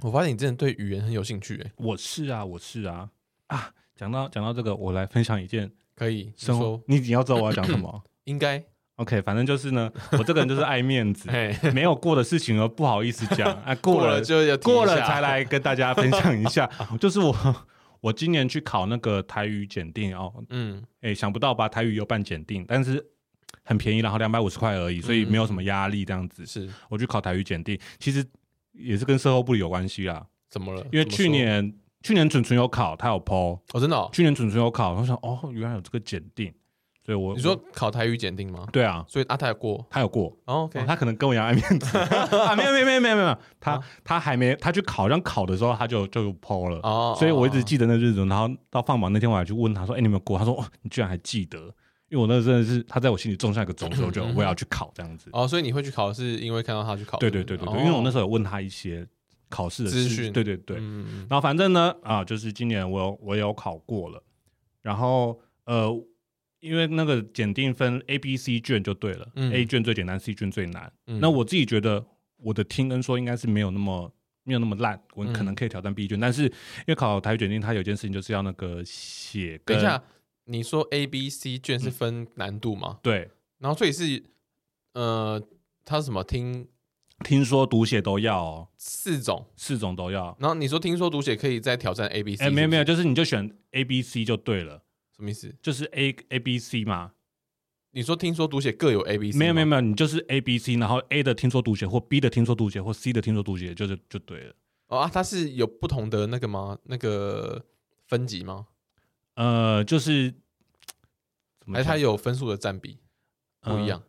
A: 我发现你真的对语言很有兴趣，哎，
B: 我是啊，我是啊啊。讲到讲到这个，我来分享一件
A: 可以，你
B: 生活
A: 说，
B: 你你要知道我要讲什 *coughs* 么
A: 应该，
B: ？OK，反正就是呢，我这个人就是爱面 *laughs* 子，
A: 哎，
B: 没有过的事情而不好意思讲啊， *laughs*
A: *laughs*
B: 过
A: 过
B: 了
A: 了就要提一
B: 过了
A: 下
B: 才，来跟大家分享一 *laughs* 下，就是我我今年去考那个台语检定哦，
A: 嗯，
B: 哎、想不到吧？台语有办检定，但是很便宜，然后两百五十块而已，所以没
A: 嗯
B: 有什么压力这样子。
A: 是
B: 我去考台语检定，其实也是跟售后部有关系啦，
A: 怎么了？
B: 因为
A: 怎么
B: 去
A: 说
B: 年去年准纯有考，他有 PO，
A: 哦，真的哦，
B: 去年准纯有考，我想哦，原来有这个检定，所以我
A: 你说
B: 我
A: 考台语检定吗？
B: 对啊，
A: 所以阿泰有过
B: 他有过。
A: 哦，OK，
B: 哦他可能跟我一样爱面子 *laughs* 啊，没有没有没有没有没有，他
A: 啊
B: 他还没他去考，好像考的时候他就就 PO 了，
A: 哦，
B: 所以我一直
A: 哦，
B: 记得那日子，然后到放榜那天，我还去问他说：“哎、你有没有过？”他说：“哦，你居然还记得，因为我那个真的是他在我心里种下一个种子，我就
A: 嗯嗯
B: 我也要去考这样子。
A: 哦，所以你会去考，是因为看到他去考，
B: 对
A: 是
B: 对
A: 不
B: 对
A: 是
B: 对对，因为我那
A: 哦
B: 时候有问他一些考试的
A: 资
B: 事
A: 讯
B: 对对对。
A: 嗯嗯嗯
B: 然后反正呢，啊，就是今年我有我有考过了，然后呃，因为那个检定分 A、B、C 卷就对了、
A: 嗯
B: a 卷最简单，C 卷最难。
A: 嗯
B: 那我自己觉得我的听跟说应该是没有那么没有那么烂，我
A: 嗯
B: 可能可以挑战 B 卷，但是因为考台语卷定，它有一件事情就是要那个写跟。
A: 等一下，你说 A、B、C 卷是分难度吗？
B: 对，
A: 然后所以是呃，它是什么听
B: 听说读写都要、哦，
A: 四种，
B: 四种都要。
A: 然后你说听说读写可以再挑战 A、B、C，
B: 哎，没有没有，
A: 是不
B: 就是你就选 A、B、C 就对了，
A: 是什么意思？
B: 就是 A、A、B、C 嘛。
A: 你说听说读写各有 A、B、C，
B: 没有没有
A: 吗
B: 没有，你就是 A、B、C，然后 A 的听说读写或 B 的听说读写或 C 的听说读写，就是就对了。
A: 哦啊，它是有不同的那个吗？那个分级吗？
B: 呃，就是怎
A: 还
B: 么
A: 是它
B: 讲
A: 有分数的占比不一样？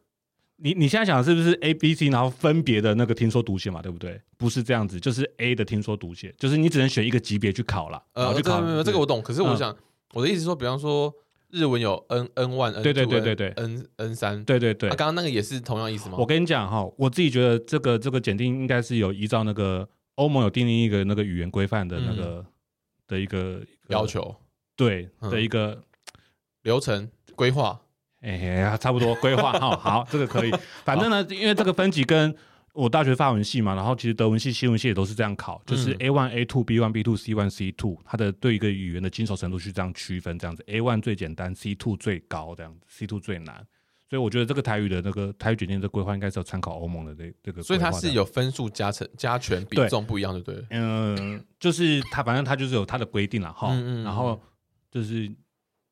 B: 你你现在想的是不是 A、B、C，然后分别的那个听说读写嘛，对不对？不是这样子，就是 A 的听说读写，就是你只能选一个级别去考啦。
A: 呃，
B: 然后嗯去
A: 这
B: 考
A: 个没有这个我懂，可是我
B: 嗯
A: 想我的意思是说，比方说日文有 N N one N
B: 对对对对对
A: N N 三，
B: 对对对
A: 啊，刚刚那个也是同样意思吗
B: 我？跟你讲哈，我自己觉得这个这个检定应该是有依照那个欧盟有订立一个那个语言规范的那个、的一个
A: 嗯要，求、
B: 对
A: 嗯
B: 的一个，
A: 流程、规划，
B: 哎、呀，差不多规划哈。好，这个
A: *laughs*
B: 可以。反正呢，因为这个分级跟我大学法文系嘛，然后其实德文系、新闻系也都是这样考，就是
A: 嗯
B: A one、A two、B one、B two、C one、C two，它的对一个语言的精熟程度去这样区分，这样子 A one 最简单，C two 最高，这样子 C two 最难。所以我觉得这个台语的那个台语检定的规划应该是有参考欧盟的这这个规划这样子，
A: 所以它是有分数加成、加权比重不一样，对不对了？
B: 嗯，就是他，反正他就是有他的规定了哈。
A: 嗯嗯嗯
B: 然后就是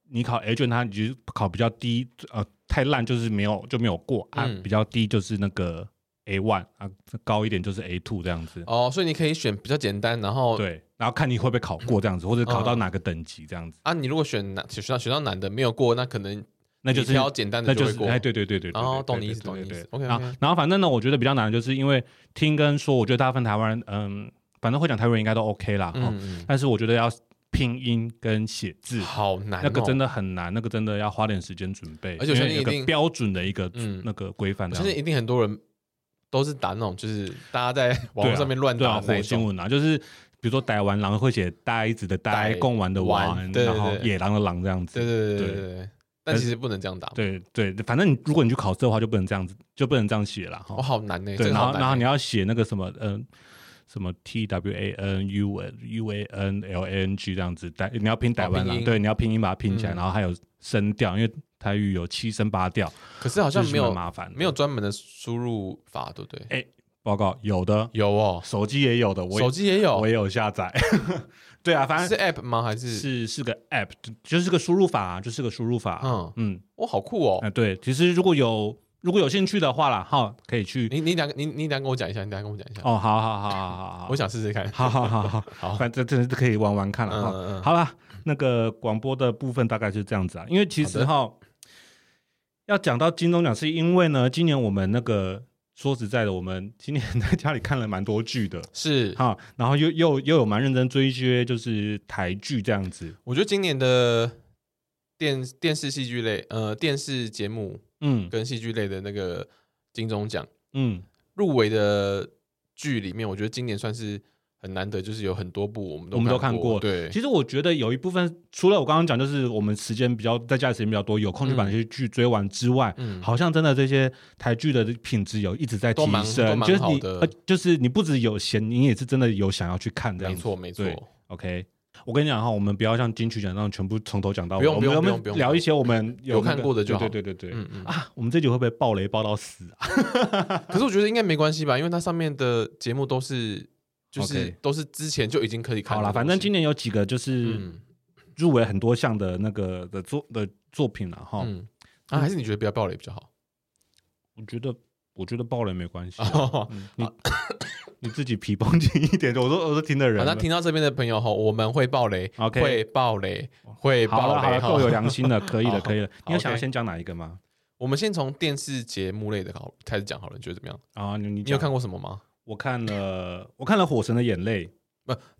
B: 你考 A 卷，他你就是考比较低，呃，太烂就是没有就没有过啊，
A: 嗯
B: 比较低就是那个 A one 啊，高一点就是 A two 这样子。
A: 哦，所以你可以选比较简单，然后
B: 对，然后看你会不会考过这样子，或者考到
A: 哦嗯
B: 哪个等级这样子，
A: 啊，你如果选难选到选到难的没有过，那可能
B: 那就是
A: 你挑简单
B: 那
A: 的
B: 就
A: 会
B: 是
A: 过。
B: 哎，对对对对，对
A: 哦
B: 对
A: 懂
B: 对
A: 你意思
B: 对对
A: 懂你意
B: 对
A: 思
B: 对
A: OK，OK
B: 然后然后反正呢，我觉得比较难，就是因为听跟说，我觉得大部分台湾人，嗯，反正会讲台湾人应该都 OK 啦。哦
A: 嗯，
B: 但是我觉得要拼音跟写字
A: 嗯，好难、哦，
B: 那个真
A: 的，
B: 的很难，那个真的要花点时间准备，
A: 而且我
B: 因
A: 相
B: 为
A: 信
B: 有
A: 一
B: 个
A: 定
B: 标准的一个
A: 嗯
B: 那个规范
A: 我
B: 这
A: 相
B: 样
A: 信一
B: 子。
A: 定很多人都是打那种就是大家
B: *laughs*
A: 在网络上面乱
B: 对
A: 打
B: 啊，
A: 的那
B: 火
A: 一
B: 星
A: 种，
B: 文啊，就是比如说逮完狼会写呆子的呆，
A: 呆
B: 贡丸的
A: 丸
B: 丸，
A: 对
B: 然后
A: 对对
B: 野狼的狼这样
A: 对对对
B: 子。
A: 对
B: 对
A: 对对。但其实不能这样打，
B: 对对，反正你如果你去考试的话，就不能这样子，就不能这样写了。
A: 我
B: 哈。
A: 哦好难呢。这
B: 对，
A: 个
B: 然
A: 好
B: 后然后
A: 难
B: 你
A: 欸。
B: 要写那个什么，嗯，什么 T W A N U N U A N L A N G 这样子，逮你要拼逮完
A: 哦拼
B: 狼，
A: 音
B: 对，你要拼音把它拼起来，
A: 嗯
B: 然后还有声调，因为台语有七声八调，
A: 可是好
B: 好
A: 像没有
B: 麻烦的，
A: 没有专门的输入法，对不对？
B: 报告有的，
A: 有哦，
B: 手机也有的，我也
A: 手机也有
B: 我，也有下载。 *laughs* 对啊，反
A: 是
B: 正
A: App 吗？还
B: 是
A: 是
B: 是个 app，就是个输入法、啊就是个输入法。嗯
A: 嗯，哇，好酷
B: 啊、
A: 哦！
B: 对，其实如果有如果有兴趣的话啦，哈，可以去。
A: 你你等下你你等下跟我讲一下，你等下跟我讲一下，
B: 哦，好好好好好
A: 我想试试看。
B: 好，好好好好
A: 好
B: 好，反正真的可以玩玩看了哈。
A: 嗯嗯
B: 好啦，那个广播的部分大概是这样子啊，因为其实哈，要讲到金钟奖，是因为呢，今年我们那个说实在的，我们今年 *laughs* 在家里看了蛮多剧的。
A: 是，
B: 哈，然后又又又有蛮认真追一些就是台剧这样子，
A: 我觉得今年的电电视戏剧类，呃，电视节目
B: 嗯
A: 跟戏剧类的那个金钟奖
B: 嗯，
A: 入围的剧里面，我觉得今年算是很难得，就是有很多部我们都
B: 我们都看
A: 过，
B: 过
A: 对，
B: 其实我觉得有一部分，除了我刚刚讲，就是我们时间比较在家里时间比较多，有空就把
A: 嗯
B: 那些剧追完之外，
A: 嗯
B: 好像真的这些台剧的品质有一直在提
A: 都蛮都
B: 升，
A: 蛮
B: 就是
A: 好
B: 你
A: 的
B: 呃，就是你不止有闲，你也是真的有想要去看这样
A: 没
B: 子。
A: 错没错，
B: 对 OK，我跟你讲哈，我们不要像金曲奖那样全部从头讲到
A: 不
B: 尾，
A: 用
B: 我们
A: 不用
B: 我们
A: 不用不用
B: 聊一些我们
A: *laughs* 有
B: 那个
A: 看过的就好
B: 对对对对对
A: 嗯嗯
B: 啊，我们这集会不会爆雷爆到死啊？
A: 可是我觉得应该没关系吧，因为它上面的节目都是就是
B: OK
A: 都是之前就已经可以看
B: 好
A: 的
B: 啦，
A: 东西。
B: 反正今年有几个就是
A: 嗯
B: 入围很多项的那个的作的作品了哈，
A: 嗯，
B: 哦
A: 啊，还是你觉得不要暴雷比较
B: *laughs*
A: 好？
B: 我觉得我觉得爆雷没关系啊，
A: 好，
B: 嗯你 *coughs* 你自己皮绷紧一点。我说我说听的人，
A: 那听到这边的朋友哈，我们会暴雷，
B: OK 哦
A: 会暴雷，会
B: 好
A: 暴
B: 了好
A: 雷
B: 了，够有
A: 哈。
B: 良心
A: *laughs*
B: 了，可以
A: 哎好
B: 了可以了。你有想要
A: OK
B: 先讲哪一个吗？
A: 我们先从电视节目类的好开始讲好了，你觉得怎么样？
B: 啊，你你
A: 你有
B: 讲
A: 看？过什么吗？
B: 我看了我看了《火神的眼泪》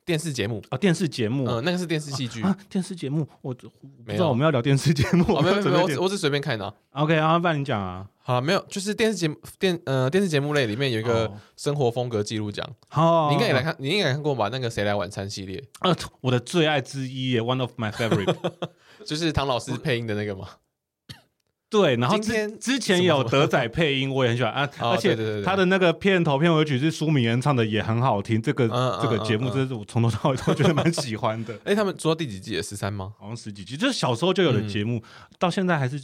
A: 电视节目，
B: 啊，电视节目
A: 嗯，那个是电视戏剧。
B: 啊，电视节目，我我不
A: 没
B: 知
A: 有
B: 道我们要聊电视节目，
A: 哦，没有没有没有，我只
B: 有。
A: 我只随便看的啊。
B: OK，啊，不然你讲啊。
A: 好了，没有，就是电视节目电呃电视节目类里面有一个
B: 哦
A: 生活风格记录奖，
B: 好，
A: 你应该也来看，你应该也看过吧？那个谁来晚餐系列，
B: 啊，我的最爱之一耶，One of my favorite。
A: 就是唐老师配音的那个
B: *laughs*
A: 嘛。
B: 对，然后
A: 今天
B: 之之前
A: 什么
B: 有
A: 什么
B: 德仔配音，我也很喜欢啊，
A: 哦
B: 而且
A: 对对对对
B: 他的那个片头片尾曲是苏明恩唱的，也很好听。这个
A: 嗯嗯
B: 这个
A: 嗯
B: 节目
A: 嗯，
B: 真是我从头到尾都觉得蛮喜欢的
A: *laughs* 哎，他们做到第几季了？十三吗？
B: 好像十几集，就是小时候就有的节目，到现在还是。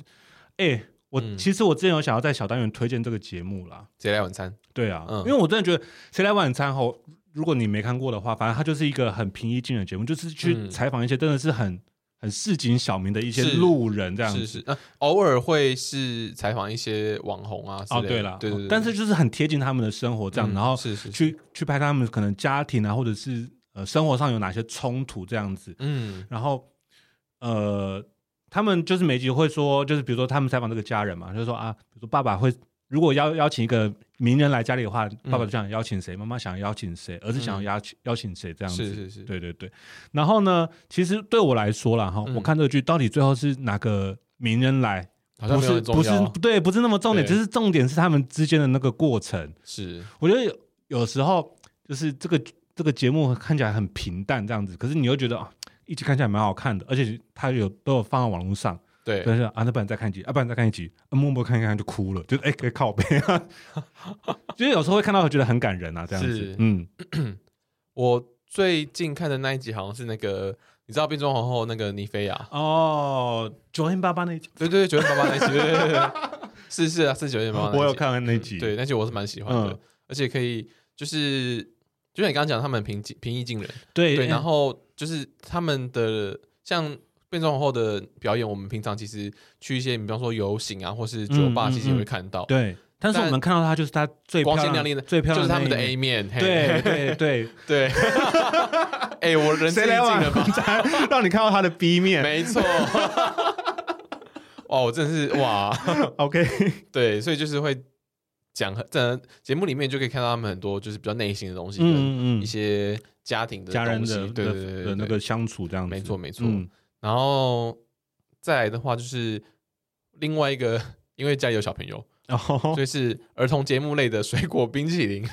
B: 哎，我
A: 嗯
B: 其实我之前有想要在小单元推荐这个节目啦，
A: 谁来晚餐？
B: 对啊，
A: 嗯
B: 因为我真的觉得《谁来晚餐》后，如果你没看过的话，反正它就是一个很平易近人的节目，就是去
A: 嗯
B: 采访一些真的是很很市井小民的一些
A: 是
B: 路人这样
A: 是
B: 子。
A: 是，那偶尔会是采访一些网红啊之
B: 哦，
A: 类的
B: 对了，
A: 对对对，
B: 但是就是很贴近他们的生活这样，
A: 嗯
B: 然后
A: 是是，是
B: 去去拍他们可能家庭啊，或者是呃生活上有哪些冲突这样子，
A: 嗯
B: 然后呃，他们就是每集会说，就是比如说他们采访这个家人嘛，就是说啊，比如说爸爸会如果邀邀请一个名人来家里的话，
A: 嗯
B: 爸爸就想邀请谁，妈妈想邀请谁，儿子想邀请、邀请谁这样子，
A: 是是是，
B: 对对对。然后呢，其实对我来说啦，哈，
A: 嗯
B: 我看这个剧到底最后是哪个名人来，
A: 好像
B: 不
A: 没有
B: 是
A: 很
B: 不
A: 重
B: 是
A: 要，啊
B: 对，不是那么重点，
A: 对
B: 只是重点是他们之间的那个过程。
A: 是
B: 我觉得有有时候就是这个这个节目看起来很平淡这样子，可是你又觉得啊，一集看起来蛮好看的，而且它有都有放在网络上，
A: 对，
B: 但是啊，那不然再看一集，啊，不然再看一集，啊，默默看一看就哭了，就是哎，可以靠背啊， *laughs* 就是有时候会看到觉得很感人啊，这样
A: 是
B: 子，嗯，
A: 我最近看的那一集好像是那个，你知道《变装皇后》那个妮菲啊亚，
B: 哦，九零八八那一集，
A: 对对对，九点八八那一集，对对对对，
B: *laughs*
A: 是是啊，是九点八八，
B: 我有看完那一集，
A: 对，那集我是蛮喜欢的
B: 嗯，
A: 而且可以就是，就像你刚刚讲，他们很平静平易近人，
B: 对哎
A: 对，然
B: 后
A: 后就是他们的像变装皇后的表演，我们平常其实去一些，比方说游行啊，或是酒吧，
B: 嗯嗯
A: 其实也会看到，
B: 对，但是
A: 但
B: 我们看到她就是她最
A: 光鲜
B: 漂
A: 亮丽
B: 亮
A: 的，
B: 最漂
A: 就
B: 亮
A: 是他们的
B: 那一
A: A
B: 面
A: 面，嘿
B: 对对
A: *laughs*
B: 对，
A: 对，哎，我人最
B: 谁
A: 近
B: 来
A: 了
B: 晚
A: 吧？
B: 餐， *laughs* 让你看
A: *laughs*
B: 到她的 B 面
A: 没错。哇，我真的是哇，
B: ，OK，
A: 对，所以就是会讲很，在节目里面就可以看到他们很多就是比较内心的东西，跟
B: 嗯
A: 一些家庭的
B: 家人
A: 东西
B: 的
A: 对
B: 的
A: 对对
B: 的
A: 对
B: 那
A: 对
B: 个相处这样子，
A: 没错没错。
B: 嗯，
A: 然后再来的话就是另外一个，因为家里有小朋友，
B: 哦
A: 所以是儿童节目类的水果冰淇淋，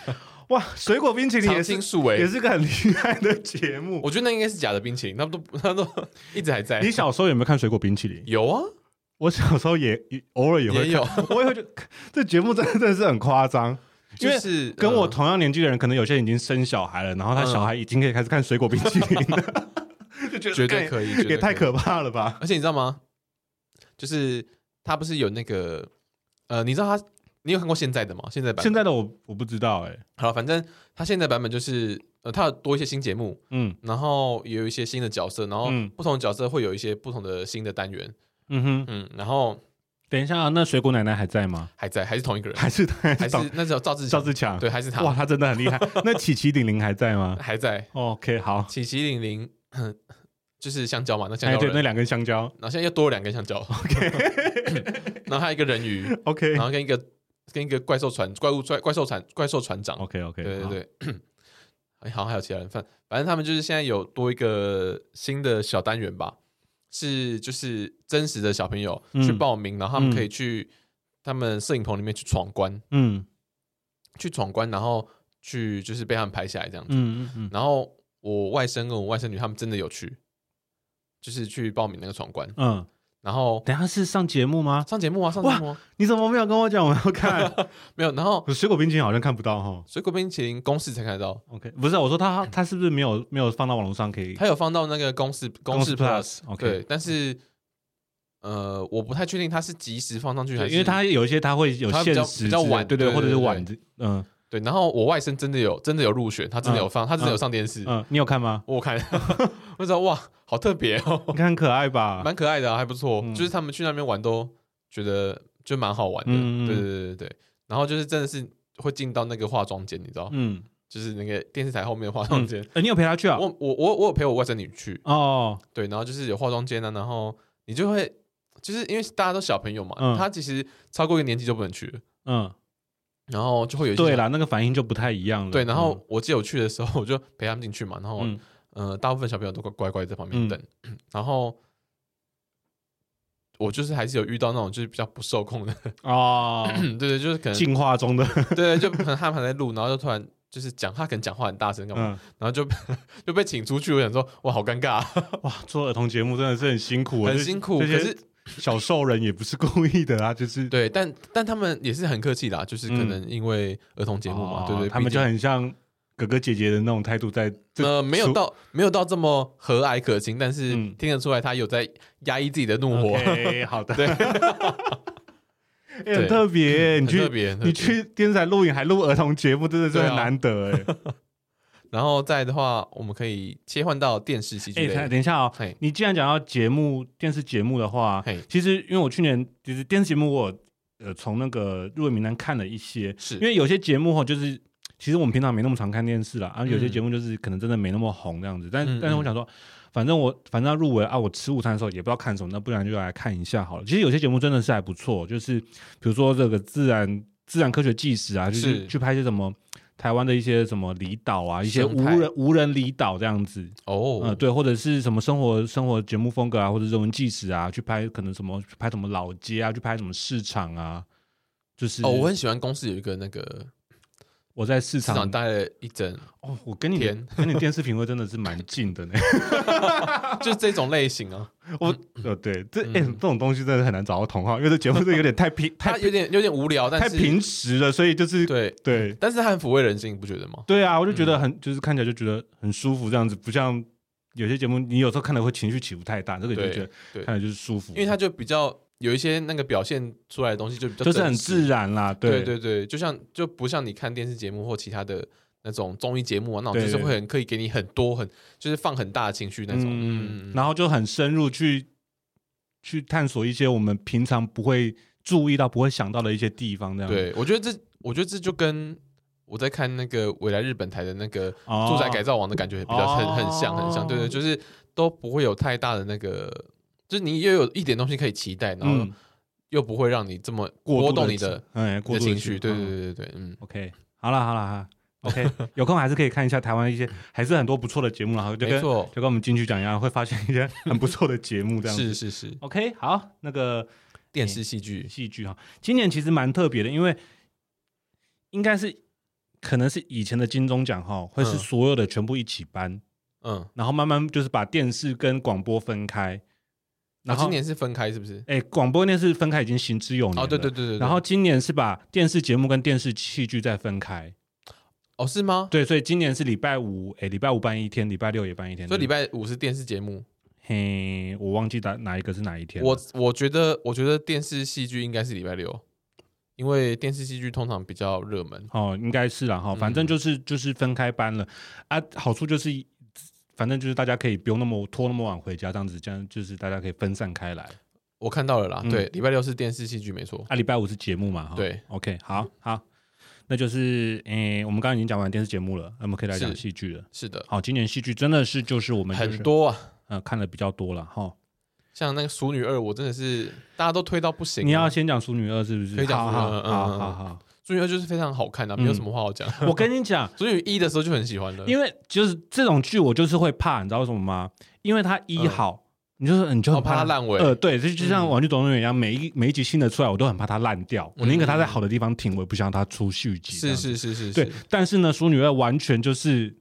B: 哇，水果 *laughs* 冰淇淋也
A: 常
B: 是
A: 青树诶
B: 也。是个很厉害的节目。
A: 我觉得那应该是假的冰淇淋，他们都他都 *laughs* 一直还在。
B: 你小时候有没有看水果冰淇淋？
A: 有啊，
B: 我小时候也也偶尔也会
A: 也有，
B: 看，我也会觉得这节目真的真的是很夸张。因为
A: 就是
B: 跟我
A: 嗯
B: 同样年纪的人，可能有些已经生小孩了，然后他小孩已经可以开始看水果冰淇淋了， *laughs* 就觉得
A: 绝对
B: 干
A: 可以，绝对
B: 也太
A: 以
B: 可怕了吧？
A: 而且你知道吗？就是他不是有那个呃，你知道他，你有看过现在的吗？现在版
B: 现在的我我不知道哎、
A: 好了，反正他现在版本就是呃，他有多一些新节目，
B: 嗯
A: 然后也有一些新的角色，然后
B: 嗯
A: 不同的角色会有一些不同的新的单元，
B: 嗯哼，
A: 嗯，然后
B: 等一下，啊那水果奶奶还在吗？
A: 还在还是同一个人，
B: 还是还
A: 还
B: 是
A: 是那叫赵
B: *laughs*
A: 志
B: 赵
A: 强，
B: 志强？
A: 对，还是
B: 哇，
A: 他，
B: 他真的很
A: *laughs*
B: 厉害。那琪琪玲玲还在吗哦
A: 还在
B: ？OK，好，
A: 琪琪玲玲，哼 *laughs* 就是香蕉嘛，那香
B: 哎，
A: 蕉
B: 对，那
A: 人，
B: 两根香蕉
A: 然后现在又多了两根
B: *laughs*
A: 香蕉，OK，然后还有一个人鱼，
B: ，OK
A: 然后跟一个跟一个怪兽船怪物怪怪兽船怪兽船长，
B: OK OK，
A: 对对对。 *coughs* 哎，好，还有其他人，反反正他们就是现在有多一个新的小单元吧，是就是真实的小朋友
B: 嗯
A: 去报名，然后他们
B: 嗯
A: 可以去、他们摄影棚里面去闯关，
B: 嗯
A: 去闯关，然后去就是被他们拍下来这样子。
B: 嗯嗯嗯
A: 然后我外甥跟我外甥女他们真的有去，就是去报名那个闯关，
B: 嗯，
A: 然后
B: 等一下是上节目吗？
A: 上节目啊，上节目、啊、
B: 你怎么没有跟我讲我要看？
A: *laughs* 没有，然后
B: 水果冰淇淋好像看不到哈。
A: 水果冰淇淋公式才看得到，
B: OK，不是我说他他是不是没有没有放到网络上可以？
A: 嗯他有放到那个公式公式 Plus。
B: OK，嗯
A: 对，但是呃，我不太确定它是及时放上去还
B: 对，
A: 是
B: 因为它有一些它会有
A: 它比
B: 限
A: 较
B: 时
A: 比较
B: 之类
A: 晚
B: 对对，
A: 对
B: 或者
A: 对
B: 是
A: 对
B: 晚之，嗯
A: 对，然后我外甥真的有真的有入选，他真的有放，他真的有上电视，
B: 嗯，你有看吗？ *laughs*
A: 我看，我知道哇，好特别哦，
B: 你看很可爱吧？
A: 蛮可爱的、啊，还不错，
B: 嗯
A: 就是他们去那边玩都觉得就蛮好玩的，
B: 嗯嗯嗯
A: 对对对对对，然后就是真的是会进到那个化妆间，你知道，
B: 嗯，
A: 就是那个电视台后面的化妆
B: 嗯
A: 间，
B: 呃你有陪他去啊？
A: 我我我我有陪我外甥女去，
B: 哦，
A: 对，然后就是有化妆间啊，然后你就会就是因为大家都小朋友嘛，
B: 嗯
A: 他其实超过一个年纪就不能去了，
B: 嗯，
A: 然后就会有一些
B: 对啦，那个反应就不太一样了。
A: 对，然后我记得我去的时候，我就陪他们进去嘛，然后、
B: 嗯
A: 呃，大部分小朋友都乖乖乖在旁边
B: 嗯
A: 等，然后我就是还是有遇到那种就是比较不受控的， *coughs*
B: 嗯哦，
A: 对对，就是可能
B: 进化中的，
A: 对，就可能他们还在录，然后就突然。就是讲他可能讲话很大声干嘛，
B: 嗯，
A: 然后就 *laughs* 就被请出去。我想说，哇，好尴尬啊、
B: 哇，做儿童节目真的是很辛苦，
A: 很
B: 这
A: 辛苦。
B: 这
A: 可
B: 些
A: 是
B: 小兽人也不是故意的啊，就是
A: 对，但但他们也是很客气啦，就是可能因为儿童节目嘛，
B: 嗯哦
A: 对对，
B: 他们
A: 毕
B: 就
A: 竟
B: 很像哥哥姐姐的那种态度在，这
A: 呃没有
B: 出
A: 到没有到这么和蔼可亲，但是
B: 嗯
A: 听得出来他有在压抑自己的怒火，
B: OK，好
A: *laughs*
B: 的，
A: 对
B: 欸很特别，
A: 很
B: 你
A: 特
B: 去
A: 别。很特别
B: 你，去电视台录影还录儿童节目，真的是
A: 对啊
B: 很难得 *laughs* 哎。
A: 然后再的话，我们可以切换到电视戏剧
B: 哎，
A: 类
B: 等
A: 的，
B: 等一下哦
A: 嘿，
B: 你既然讲到节目电视节目的话
A: 嘿，
B: 其实因为我去年其实电视节目我有呃从那个入围名单看了一些，
A: 是
B: 因为有些节目哈就是。其实我们平常没那么常看电视啦，啊，有些
A: 嗯
B: 节目就是可能真的没那么红这样子，但
A: 嗯
B: 但是我
A: 嗯
B: 想说，反正我反正要入围啊，我吃午餐的时候也不知道看什么，那不然就来看一下好了。其实有些节目真的是还不错，就是比如说这个自然自然科学纪实啊，就是
A: 是
B: 去拍一些什么台湾的一些什么离岛啊，一些
A: 生
B: 无
A: 态
B: 人无人离岛这样子，
A: 哦，
B: 呃，对，或者是什么生活生活节目风格啊，或者人文纪实啊，去拍可能什么去拍什么老街啊，去拍什么市场啊，就是
A: 哦，我很喜欢公司有一个那个
B: 我在市
A: 市场
B: 场
A: 待了一整，
B: 哦，我跟你的
A: 田
B: 跟你电视品味真的是蛮
A: *laughs*
B: 近的呢。
A: 就是这种类型啊，
B: 我呃对，这
A: 嗯
B: 哎、这种东西真的很难找到同好，因为这节目是有点
A: *laughs*
B: 太平
A: 它
B: *laughs* 太
A: 有点有点无聊，但
B: 太
A: 是
B: 平实了，所以就是
A: 对，嗯
B: 对
A: 但是它很抚慰人心，你不觉得吗？
B: 对啊，我就觉得很、就是看起来就觉得很舒服，这样子不像有些节目你有时候看的会情绪起伏太大，这个就
A: 对
B: 觉得
A: 对
B: 看着就是舒服，
A: 因为它就比较有一些那个表现出来的东西就比较
B: 就是很
A: 真实
B: 自然啦，
A: 对对对，就像就不像你看电视节目或其他的那种综艺节目啊，那种
B: 对
A: 就是
B: 对
A: 会很可以给你很多很就是放很大的情绪那种。嗯，
B: 嗯，然后就很深入去去探索一些我们平常不会注意到、不会想到的一些地方，这样，
A: 对，我觉得这我觉得这就跟我在看那个未来日本台的那个
B: 哦
A: 住宅改造网的感觉比较很、
B: 哦
A: 很像很像，对对，就是都不会有太大的那个，就是你又有一点东西可以期待，然后
B: 嗯，
A: 又不会让你这么
B: 过
A: 波
B: 度
A: 动你的
B: 哎
A: 你
B: 过
A: 的
B: 度的
A: 情绪。对对
B: 嗯
A: 对对对，嗯，
B: ，OK，好了好了哈，OK，有 *laughs* 空还是可以看一下台湾一些还是很多不错的节目，然后就
A: 没
B: 跟就
A: 错，
B: 跟我们金曲奖一样，会发现一些很不错的节目这样子。
A: 是是是，
B: OK，好，那个
A: 电视戏剧，
B: 戏剧哈。今年其实蛮特别的，因为应该是可能是以前的金钟奖哈，会是
A: 嗯
B: 所有的全部一起颁，
A: 嗯，
B: 然后慢慢就是把电视跟广播分开。
A: 然
B: 然
A: 后啊
B: 后
A: 今年是分开是不是？
B: 哎，广播电视分开已经行之有年了。
A: 哦，对对对对，对
B: 然后今年是把电视节目跟电视戏剧再分开，
A: 哦是吗？
B: 对，所以今年是礼拜五，哎，礼拜五办一天，礼拜六也办一天，
A: 所以
B: 对
A: 礼拜五是电视节目，
B: 嘿，我忘记哪哪一个是哪一天了。
A: 我我觉得我觉得电视戏剧应该是礼拜六，因为电视戏剧通常比较热门。
B: 哦，应该是啦哈，
A: 嗯
B: 反正就是、就是分开班了啊，好处就是。反正就是大家可以不用那么拖那么晚回家，这样子，这样就是大家可以分散开来。
A: 我看到了啦，
B: 嗯
A: 对，礼拜六是电视戏剧没错。
B: 啊，礼拜五是节目嘛，哈。
A: 对
B: ，OK，好好，那就是诶、我们刚刚已经讲完电视节目了，那我们可以来讲
A: 是
B: 戏剧了。
A: 是的，
B: 好，今年戏剧真的是就是我们、就是、
A: 很多啊，
B: 呃看了比较多了哈。
A: 像那个《熟女二》，我真的是大家都推到不行啊。
B: 你要先讲《淑女二》是不
A: 可
B: 是
A: 以？讲
B: 好
A: 淑女二嗯
B: 好好
A: 嗯嗯
B: 好好好，
A: 淑女二就是非常好看的、啊，
B: 嗯
A: 没有什么话好讲。 *laughs*
B: 我跟你讲，
A: 淑女一的时候就很喜欢了，
B: 因为就是这种剧，我就是会怕，你知道为什么吗？因为它一
A: 嗯
B: 好，你就是你就
A: 好
B: 很
A: 哦怕它
B: 它
A: 烂尾。
B: 呃，对，就就像
A: 嗯
B: 《玩具总动员》一样，每一每一集新的出来，我都很怕它烂掉，我宁可它
A: 嗯
B: 在好的地方停，我也不想让它出续集。这
A: 是
B: 样子，
A: 是是是，
B: 对
A: 是，。
B: 但是呢，《淑女二》完全就是，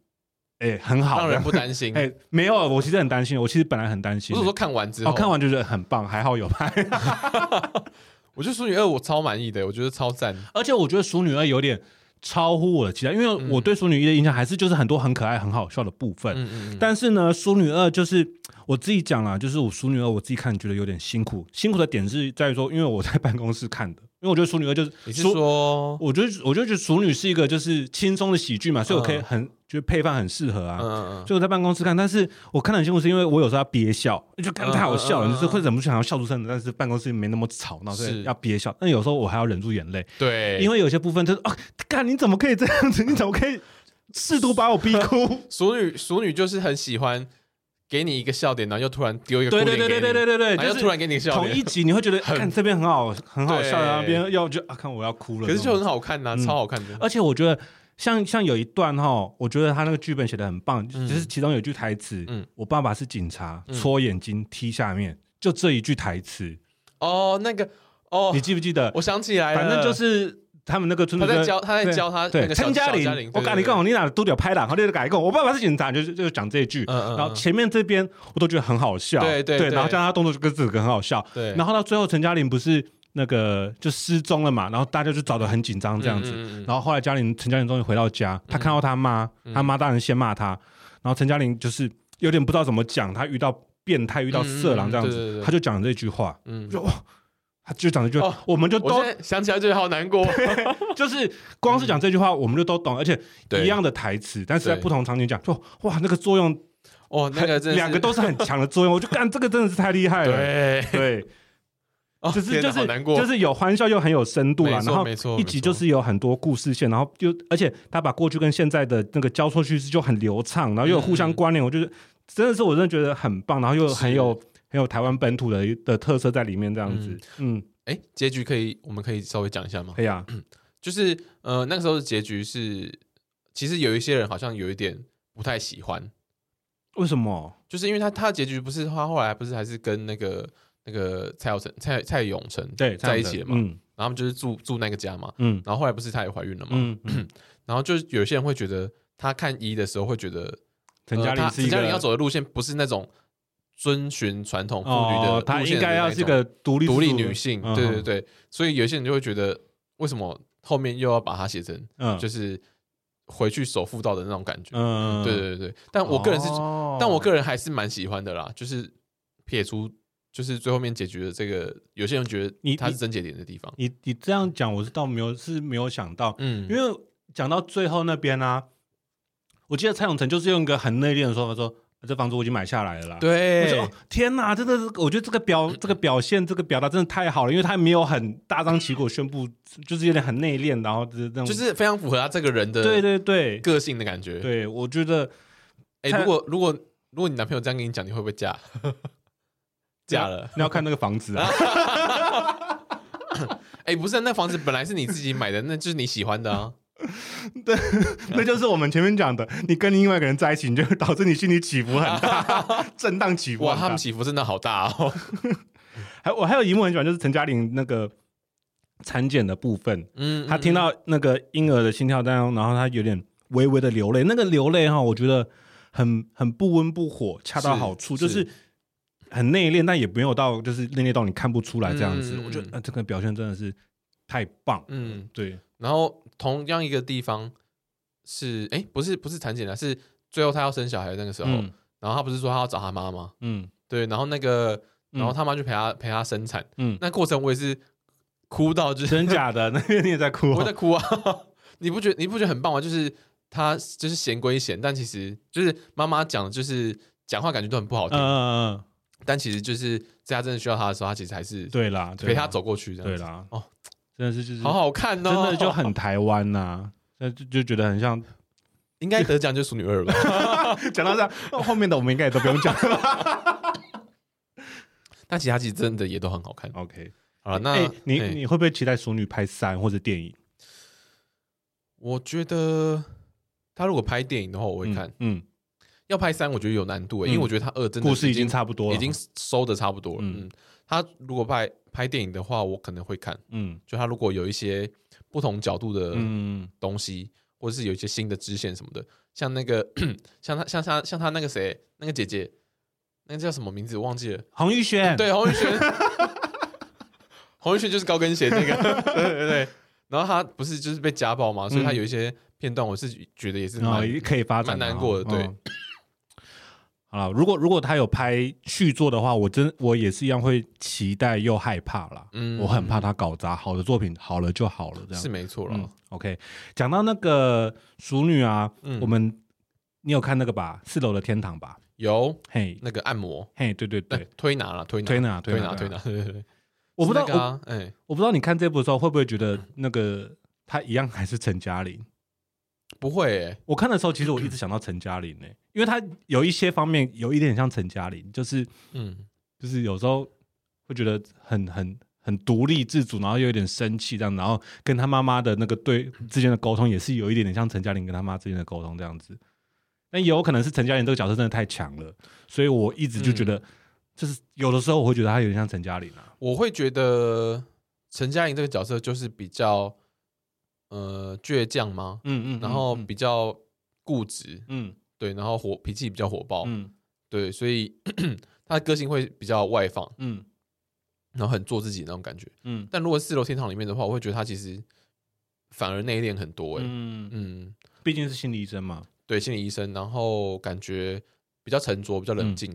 B: 哎，很好，
A: 让人不担心。
B: *laughs* 哎，没有，我其实很担心，我其实本来很担心
A: 不是。说看完之后，
B: 哦，看，完就觉得很棒，还好有拍。
A: 我觉得《淑女二》我超满意的，我觉得超赞。
B: *laughs* 而且我觉得《淑女二》有点超乎我的期待，因为我对《淑女一》的印象还是就是很多很可爱、很好笑的部分。
A: 嗯嗯嗯，
B: 但是呢，《淑女二》就是我自己讲啦，就是我《淑女二》我自己看觉得有点辛苦，辛苦的点是在于说，因为我在办公室看的，因为我觉得《淑女二》就是
A: 你是
B: 淑
A: 说，
B: 我觉得我就觉得《淑女》是一个就是轻松的喜剧嘛，所以我可以
A: 嗯
B: 很、就是配饭很适合啊。
A: 嗯嗯
B: 所以我在办公室看，但是我看得很辛苦，是因为我有时候要憋笑，就看太好笑了，
A: 嗯嗯嗯
B: 就是会忍不住想要笑出声的。但是办公室没那么吵闹，所
A: 是
B: 以要憋笑。但有时候我还要忍住眼泪，
A: 嗯，对，
B: 因为有些部分就是啊，干你怎么可以这样子？你怎么可以试图把我逼
A: *laughs*
B: 哭？
A: 熟女熟女就是很喜欢给你一个笑点，然后又突然丢一个
B: 对
A: 哭
B: 对
A: 脸
B: 对对
A: 给
B: 对
A: 你，
B: 对对对，
A: 然后
B: 就
A: 又
B: 是
A: 突然给你笑
B: 同
A: 脸
B: 一，集你会觉得哎
A: *laughs* 很
B: 看这边很好，很好笑，
A: 对
B: 然后那边要就啊，看我要哭了。
A: 可是就很好看呐，
B: 嗯
A: 超好看的。
B: 而且我觉得像像有一段哈，我觉得他那个剧本写的很棒，
A: 嗯
B: 就是其中有一句台词，
A: 嗯
B: 我爸爸是警察，
A: 嗯
B: 戳眼睛踢下面，就这一句台词，
A: 哦，那个哦
B: 你，记不记得？
A: 我想起来了，
B: 反正就是他们那个村
A: 他
B: 子
A: 在教他在教他那
B: 对
A: 个小
B: 陈嘉
A: 小嘉
B: 玲
A: 玲，
B: 我
A: 对
B: 跟你
A: 对
B: 讲，你哪都得拍档，他就改一个，我爸爸是警察，就是就是讲这一句。
A: 嗯嗯，
B: 然后
A: 嗯
B: 前面这边我都觉得很好笑，
A: 对对
B: 对
A: 对
B: 然后加上他动作就跟这个很好笑，
A: 对，
B: 然后到最后陈嘉玲不是那个就失踪了嘛，然后大家就找得很紧张这样子，
A: 嗯嗯嗯嗯嗯
B: 然后后来嘉玲陈嘉玲终于回到家，她看到她妈，她妈当然先骂她，然后陈嘉玲就是有点不知道怎么讲，她遇到变态遇到色狼这
A: 嗯
B: 样
A: 嗯嗯对对
B: 子
A: 对，
B: 她就讲了这句话，
A: 嗯，
B: 就哇，她就讲了一句
A: 哦，
B: 我们就
A: 我
B: 都
A: 现在想起来就好难过。
B: 就是光是讲这句话，我们就都懂，而且
A: 对
B: 一样的台词，但是在
A: 对
B: 不同场景讲，就哇那个作用，
A: 哦，那个真的是
B: 两个都是很强的作用，我就干这个真的是太厉害了，
A: 对，
B: 对，
A: *laughs* 哦
B: 就是
A: 天
B: 就
A: 哪好
B: 是
A: 难过，
B: 就是有欢笑又很有深度啦，
A: 没
B: 然
A: 错
B: 后
A: 没错，
B: 一
A: 没
B: 集
A: 错
B: 就是有很多故事线，然后就而且他把过去跟现在的那个交错叙事就很流畅，然后又有互
A: 嗯
B: 相关联，我就是真的是我真的觉得很棒，然后又
A: 是
B: 很有很有台湾本土的一的特色在里面，这样子，嗯，
A: 哎，结局可以我们可以稍微讲一下吗？
B: 可以啊，
A: 就是呃，那个时候的结局是，其实有一些人好像有一点不太喜欢，
B: 为什么？
A: 就是因为他他的结局不是他后来不是还是跟那个那个蔡耀成蔡蔡永成
B: 对，
A: 在一
B: 这
A: 起了
B: 样
A: 嘛，
B: 子嗯
A: 然后他们就是住住那个家嘛，
B: 嗯
A: 然后后来不是她也怀孕了嘛，
B: 嗯嗯，
A: 然后就是有些人会觉得他看一的时候会觉得
B: 陈嘉
A: 呃他
B: 玲是一
A: 陈嘉
B: 个
A: 玲要走的路线不是那种遵循传统妇女的
B: 哦，她
A: 路
B: 应
A: 线的那一种，
B: 该要是个独立
A: 独立
B: 自主
A: 女性，
B: 嗯
A: 对对对，所以有些人就会觉得为什么后面又要把它写成
B: 嗯
A: 就是回去首付到的那种感觉，
B: 嗯
A: 对，对对对，但我个人是，
B: 哦
A: 但我个人还是蛮喜欢的啦，就是撇除就是最后面解决的这个，有些人觉得
B: 你
A: 它是症结点的地方，
B: 你你这样讲，我是倒没有是没有想到，
A: 嗯，
B: 因为讲到最后那边啊，我记得蔡永成就是用一个很内敛的说法说，啊这房子我已经买下来了啦。我就，
A: 对
B: 哦，天哪，真的是，我觉得这
A: *clears throat*
B: 个表这个表现这个表达真的太好了，因为他没有很大张旗鼓宣布，就是有点很内敛，然后就是这种，
A: *laughs* 就是非常符合他这个人
B: 对
A: 的
B: 对对
A: 个性的感觉。
B: 对，我觉得
A: 哎，
B: 他
A: 如果如果如果你男朋友这样跟你讲，你会不会
B: *laughs*
A: 嫁？啊嫁了？
B: 你要看那个房
A: *laughs*
B: 子啊，
A: 哎，不是，那房子本来是你自己买的，那就是你喜欢的啊。
B: 那就是我们前面讲的，你跟另外一个人在一起，你就会 *laughs*
A: *laughs*
B: 导致你心里起伏很大，震荡起伏
A: 哇，
B: 很
A: 他
B: 大
A: 们。起伏真的好大哦。
B: 还我还有一幕很喜欢，就是陈嘉玲那个产检的部分，
A: 嗯，
B: 她听到那个婴儿的心跳，但然后她有点微微的流泪，那个流泪哈，我觉得很很不温不火，恰到好处，
A: 是
B: 就是很内敛，但也没有到就是内敛到你看不出来这样子。
A: 嗯嗯嗯
B: 我觉得、呃、这个表现真的是太棒，
A: 嗯，
B: 对，
A: 然后同样一个地方是，哎，不是不是产检啊，是最后她要生小孩的那个时候，
B: 嗯
A: 然后她不是说她要找她妈妈，
B: 嗯
A: 对，然后那个，
B: 嗯
A: 然后她妈就陪她陪她生产，
B: 嗯，
A: 那过程我也是哭到就是
B: 真假的，那个你也在 *laughs* 哭、
A: 我在
B: 哦，
A: 哭啊！ *laughs* 你不觉得你不觉得很棒吗？就是她就是闲归闲，但其实就是妈妈讲的就是讲话感觉都很不好
B: 嗯
A: 听，
B: 嗯嗯
A: 但其实就是在她真的需要她的时候，她其实还是
B: 嗯，对啦，对
A: 陪
B: 啦
A: 她，走过去这样
B: 对
A: 子，
B: 啦，
A: 哦
B: 哦，真的是就是
A: 好好看哦，
B: 真的
A: *laughs*
B: 就很台湾呐、那就就觉得很像。
A: 应该得奖就是《淑女二》吧。 *laughs*
B: 讲到这样，后面的我们应该也都不用讲了。
A: 但其他其实真的也都很好看。
B: OK，
A: 好了，那、
B: 哎、你
A: 嘿
B: 你会不会期待《熟女》拍三或者电影？
A: 我觉得他如果拍电影的话，我会看。
B: 嗯，
A: 要拍三，我觉得有难度、欸，
B: 嗯
A: 因为我觉得他二真
B: 嗯
A: 的
B: 故事
A: 已
B: 已经
A: 经
B: 差不多了，
A: 已经收的差不多了。
B: 嗯
A: 嗯，他如果拍拍电影的话，我可能会看。
B: 嗯
A: 就他如果有一些不同角度的
B: 嗯
A: 东西，或者是有一些新的支线什么的，像那个 *clears throat* 像他像他像他那个谁那个姐姐，那个叫什么名字我忘记了。
B: 黄玉轩
A: 对，洪宇
B: *laughs*
A: 轩，洪宇轩就是高跟鞋那
B: *laughs*
A: 个，对对对。然后他不是就是被家暴嘛，所以
B: 嗯
A: 他有一些片段，我是觉得也是
B: 然后
A: 蛮
B: 哦也可以发展
A: 蛮
B: 的，
A: 难过的
B: 哦
A: 对
B: 哦好了，如果如果他有拍续作的话，我真我也是一样会期待又害怕啦。
A: 嗯
B: 我很怕他搞砸，好的作品好了就好了，这样
A: 是没错
B: 嗯
A: 了。
B: OK，讲到那个熟女啊，
A: 嗯
B: 我们你有看那个吧？四楼的天堂吧？
A: 有
B: 嘿，
A: 那个按摩，
B: 嘿，对对
A: 对
B: 对，，
A: 推拿了，推拿，
B: 推拿
A: 推
B: 拿
A: 推。拿，对对对。
B: 我不知道，
A: 是那个
B: 我
A: 啊，哎，
B: 我不知道你看这部的时候会不会觉得那个他一样还是陈嘉玲？
A: 不会欸，
B: 我看的时候，其实我一直想到陈嘉玲呢、欸因为她有一些方面有一点像陈嘉玲，就是
A: 嗯，
B: 就是有时候会觉得很很很独立自主，然后又有点生气这样，然后跟她妈妈的那个对之间的沟通也是有一点点像陈嘉玲跟她妈之间的沟通这样子。但也有可能是陈嘉玲这个角色真的太强了，所以我一直就觉得，就是有的时候我会觉得她有点像陈嘉玲啊。
A: 我会觉得陈嘉莹这个角色就是比较呃倔强吗？
B: 嗯嗯
A: 然后比较固执，
B: 嗯
A: 对，然后火脾气比较火爆，
B: 嗯
A: 对，所以 *clears throat* 他的个性会比较外放，
B: 嗯
A: 然后很做自己那种感觉。
B: 嗯
A: 但如果是四楼天堂里面的话，我会觉得他其实反而内敛很多、欸，
B: 嗯，
A: 嗯
B: 毕竟是心理医生嘛。
A: 对，心理医生，然后感觉比较沉着，比较冷静，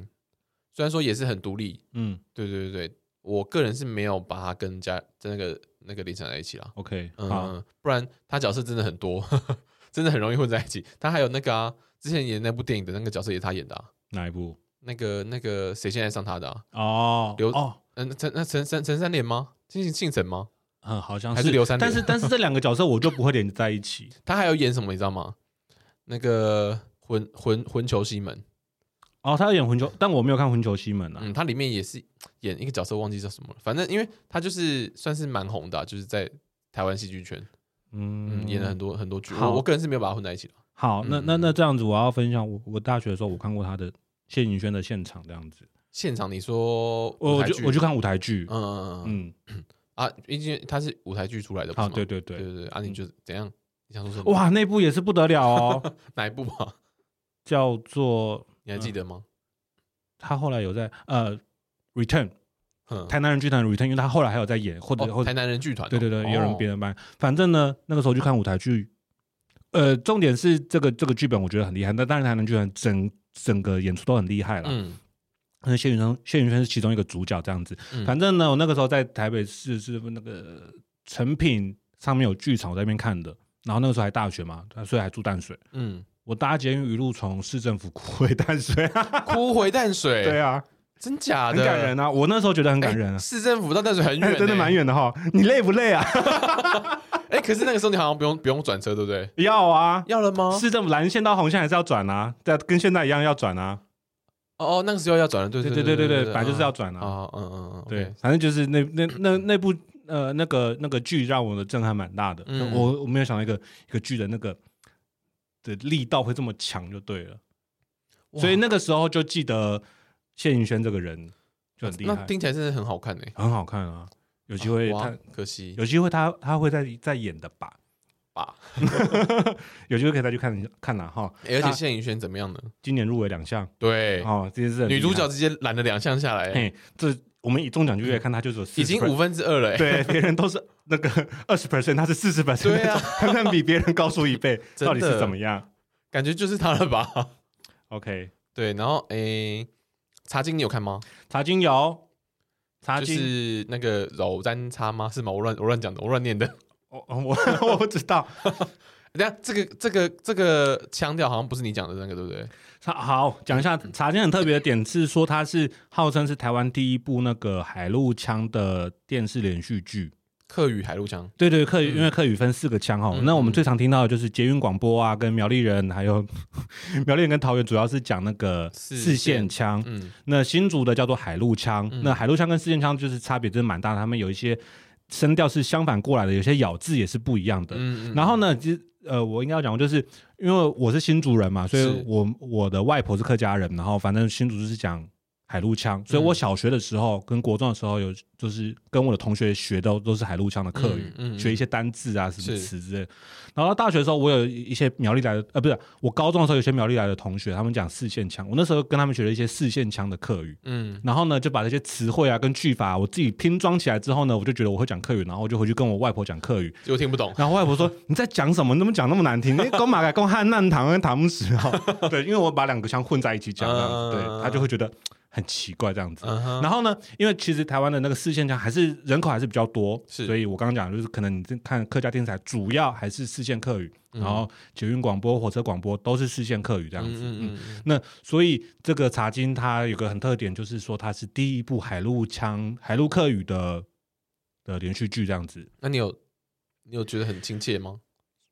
A: 虽然说也是很独立，
B: 嗯
A: 对对对对，我个人是没有把他跟家那个那个林晨在一起啦，
B: ，OK，好，
A: 嗯，不然他角色真的很多， *laughs* 真的很容易混在一起。他还有那个啊，之前演那部电影的那个角色也是他演的、啊，
B: 哪一部？
A: 那个那个谁先爱上他的啊？
B: 哦，
A: 刘
B: 哦，
A: 嗯，陈那陈三陈三连吗？姓姓陈吗？
B: 嗯，好像
A: 还是刘三连
B: 但是
A: *laughs*
B: 但是这两个角色我就不会连在一起。
A: 他还有演什么你知道吗？那个魂魂魂球西门，
B: 哦，他有演魂球，但我没有看《魂球西门》啊。
A: 嗯，他里面也是演一个角色，忘记叫什么了。反正因为他就是算是蛮红的啊、就是在台湾戏剧圈，嗯，
B: 嗯，
A: 演了很多很多剧。
B: 好
A: 我我个人是没有把它混在一起的。
B: 好。那
A: 嗯
B: 那那这样子，我要分享我我大学的时候我看过他的谢颖轩的现场这样子。
A: 现场你说
B: 我
A: 舞
B: 我
A: 台剧，
B: 就我去看舞台剧
A: 嗯，嗯嗯嗯
B: 嗯，
A: 啊，因为他是舞台剧出来的，嗯不是
B: 好，
A: 吗？
B: 对对
A: 对
B: 对，
A: 对对啊，你就怎样？你想说什么？
B: 哇，那部也是不得了哦， *laughs*
A: 哪一部啊？
B: 叫做
A: 你还记得吗？
B: 他后来有在呃 Return
A: 嗯，
B: 台南人剧团的 Return，因为他后来还有在演，或者
A: 哦
B: 或者
A: 台南人剧团哦，
B: 对对对，也有人
A: 哦
B: 别人搬。反正呢，那个时候去看舞台剧，呃，重点是这个这个剧本我觉得很厉害，但当然台南剧团整整个演出都很厉害啦。
A: 嗯，
B: 那谢云生，谢云生是其中一个主角这样子。
A: 嗯
B: 反正呢，我那个时候在台北市是那个成品上面有剧场，我在那边看的。然后那个时候还大学嘛，所以还住淡水。
A: 嗯，
B: 我搭捷运一路从市政府 *laughs* 哭回淡水，啊
A: 哭回淡水，
B: 对啊，
A: 真假
B: 很
A: 的？
B: 感人啊！我那时候觉得很
A: 哎，
B: 感人啊，
A: 市政府到淡水很远、
B: *laughs* 真的蛮。远的哈。你累不累啊？
A: 哎、可是那个时候你好像不用不用转车，对不对？
B: 要
A: *laughs*
B: 啊，
A: 要了吗？
B: 市政府蓝线到红线还是要转啊，对啊，跟现在一样要转啊。
A: 哦哦，那个时候要转了，对
B: 对
A: 对
B: 对对对
A: 对
B: 对，反正就是要转
A: 啊，
B: 啊。
A: 哦嗯嗯嗯，
B: 对
A: OK，，
B: 反正就是那那那那部呃那个那个剧让我的震撼蛮大的。
A: 嗯
B: 我我没有想到一个一个剧的那个的力道会这么强，就对了。
A: 哇
B: 所以那个时候就记得谢云轩这个人，就很厉
A: 那
B: 害，
A: 听起来真的很好看诶、
B: 很好看啊。有机会
A: 哇
B: 他，
A: 可惜
B: 有机会他他会再再演的吧？
A: 吧。
B: *laughs* 有机会可以再去看一看啦哈。
A: 欸而且
B: 那
A: 谢颖轩怎么样呢？
B: 今年入围两项
A: 对，
B: 哦，这件事很
A: 女
B: 厉
A: 主
B: 害
A: 角，直接揽了两项下来、
B: 嘿，这我们以中奖剧来看，他就是有40%
A: 已经五分之二了、欸。
B: 对，别人都是那
A: *laughs*
B: 个二十 percent，他是四十 percent，
A: 对啊，
B: *laughs* 他能比别人高出一倍，
A: *laughs* 真的
B: 到底是怎么样
A: 感觉就是他了吧？
B: ？OK，
A: 对，然后诶，茶经你有看吗？
B: 茶精油，茶
A: 就
B: 精，
A: 是那个柔粘擦吗？是吗？我乱我乱讲的，我乱念的。
B: 我 *laughs* 我我不知道。
A: 等一下，这个这个这个腔调好像不是你讲的那个，对不对？
B: 茶好讲一下茶经很特别的点是说，它是号称是台湾第一部那个海陆腔的电视连续剧。
A: 客语海陆腔，
B: 对对，客语、
A: 嗯
B: 因为客语分四个腔哦，
A: 嗯
B: 那我们最常听到的就是捷运广播啊，跟苗栗人，还有 *laughs* 苗栗人跟桃园，主要是讲那个
A: 四
B: 四线
A: 线
B: 腔。
A: 嗯
B: 那新竹的叫做海陆腔，
A: 嗯
B: 那海陆腔跟四线腔就是差别真的蛮大的，他们有一些声调是相反过来的，有些咬字也是不一样的。
A: 嗯嗯
B: 然后呢，其实呃，我应该要讲，就是因为我是新竹人嘛，所以
A: 是
B: 我我的外婆是客家人，然后反正新竹就是讲海陆腔，所以
A: 嗯
B: 我小学的时候跟国中的时候有，就是跟我的同学学的都是海陆腔的课语，
A: 嗯嗯嗯
B: 学一些单字啊什么
A: 是
B: 词之类的。然后到大学的时候，我有一些苗栗来的，呃，不是，我高中的时候有些苗栗来的同学，他们讲四线腔，我那时候跟他们学了一些四线腔的课语。
A: 嗯，
B: 然后呢，就把这些词汇啊跟句法、我自己拼装起来之后呢，我就觉得我会讲客语，然后我就回去跟我外婆讲客语，
A: 就听不懂。
B: 然后外婆说：“你在讲什么？你怎么讲那么难听？你讲马改、讲汉难堂跟唐姆史哈。” *laughs* 对，因为我把两个腔混在一起讲，这样子，
A: 嗯
B: 对他就会觉得很奇怪这样子。
A: 嗯哼，
B: 然后呢，因为其实台湾的那个四线腔还是人口还是比较多，
A: 是
B: 所以我刚刚讲的就是可能你看客家电视台主要还是四线客语，
A: 嗯
B: 然后捷运广播、火车广播都是四线客语这样子。嗯
A: 嗯嗯嗯，
B: 那所以这个茶经它有个很特点，就是说它是第一部海陆腔、海陆客语的的连续剧这样子。
A: 那你有你有觉得很亲切吗？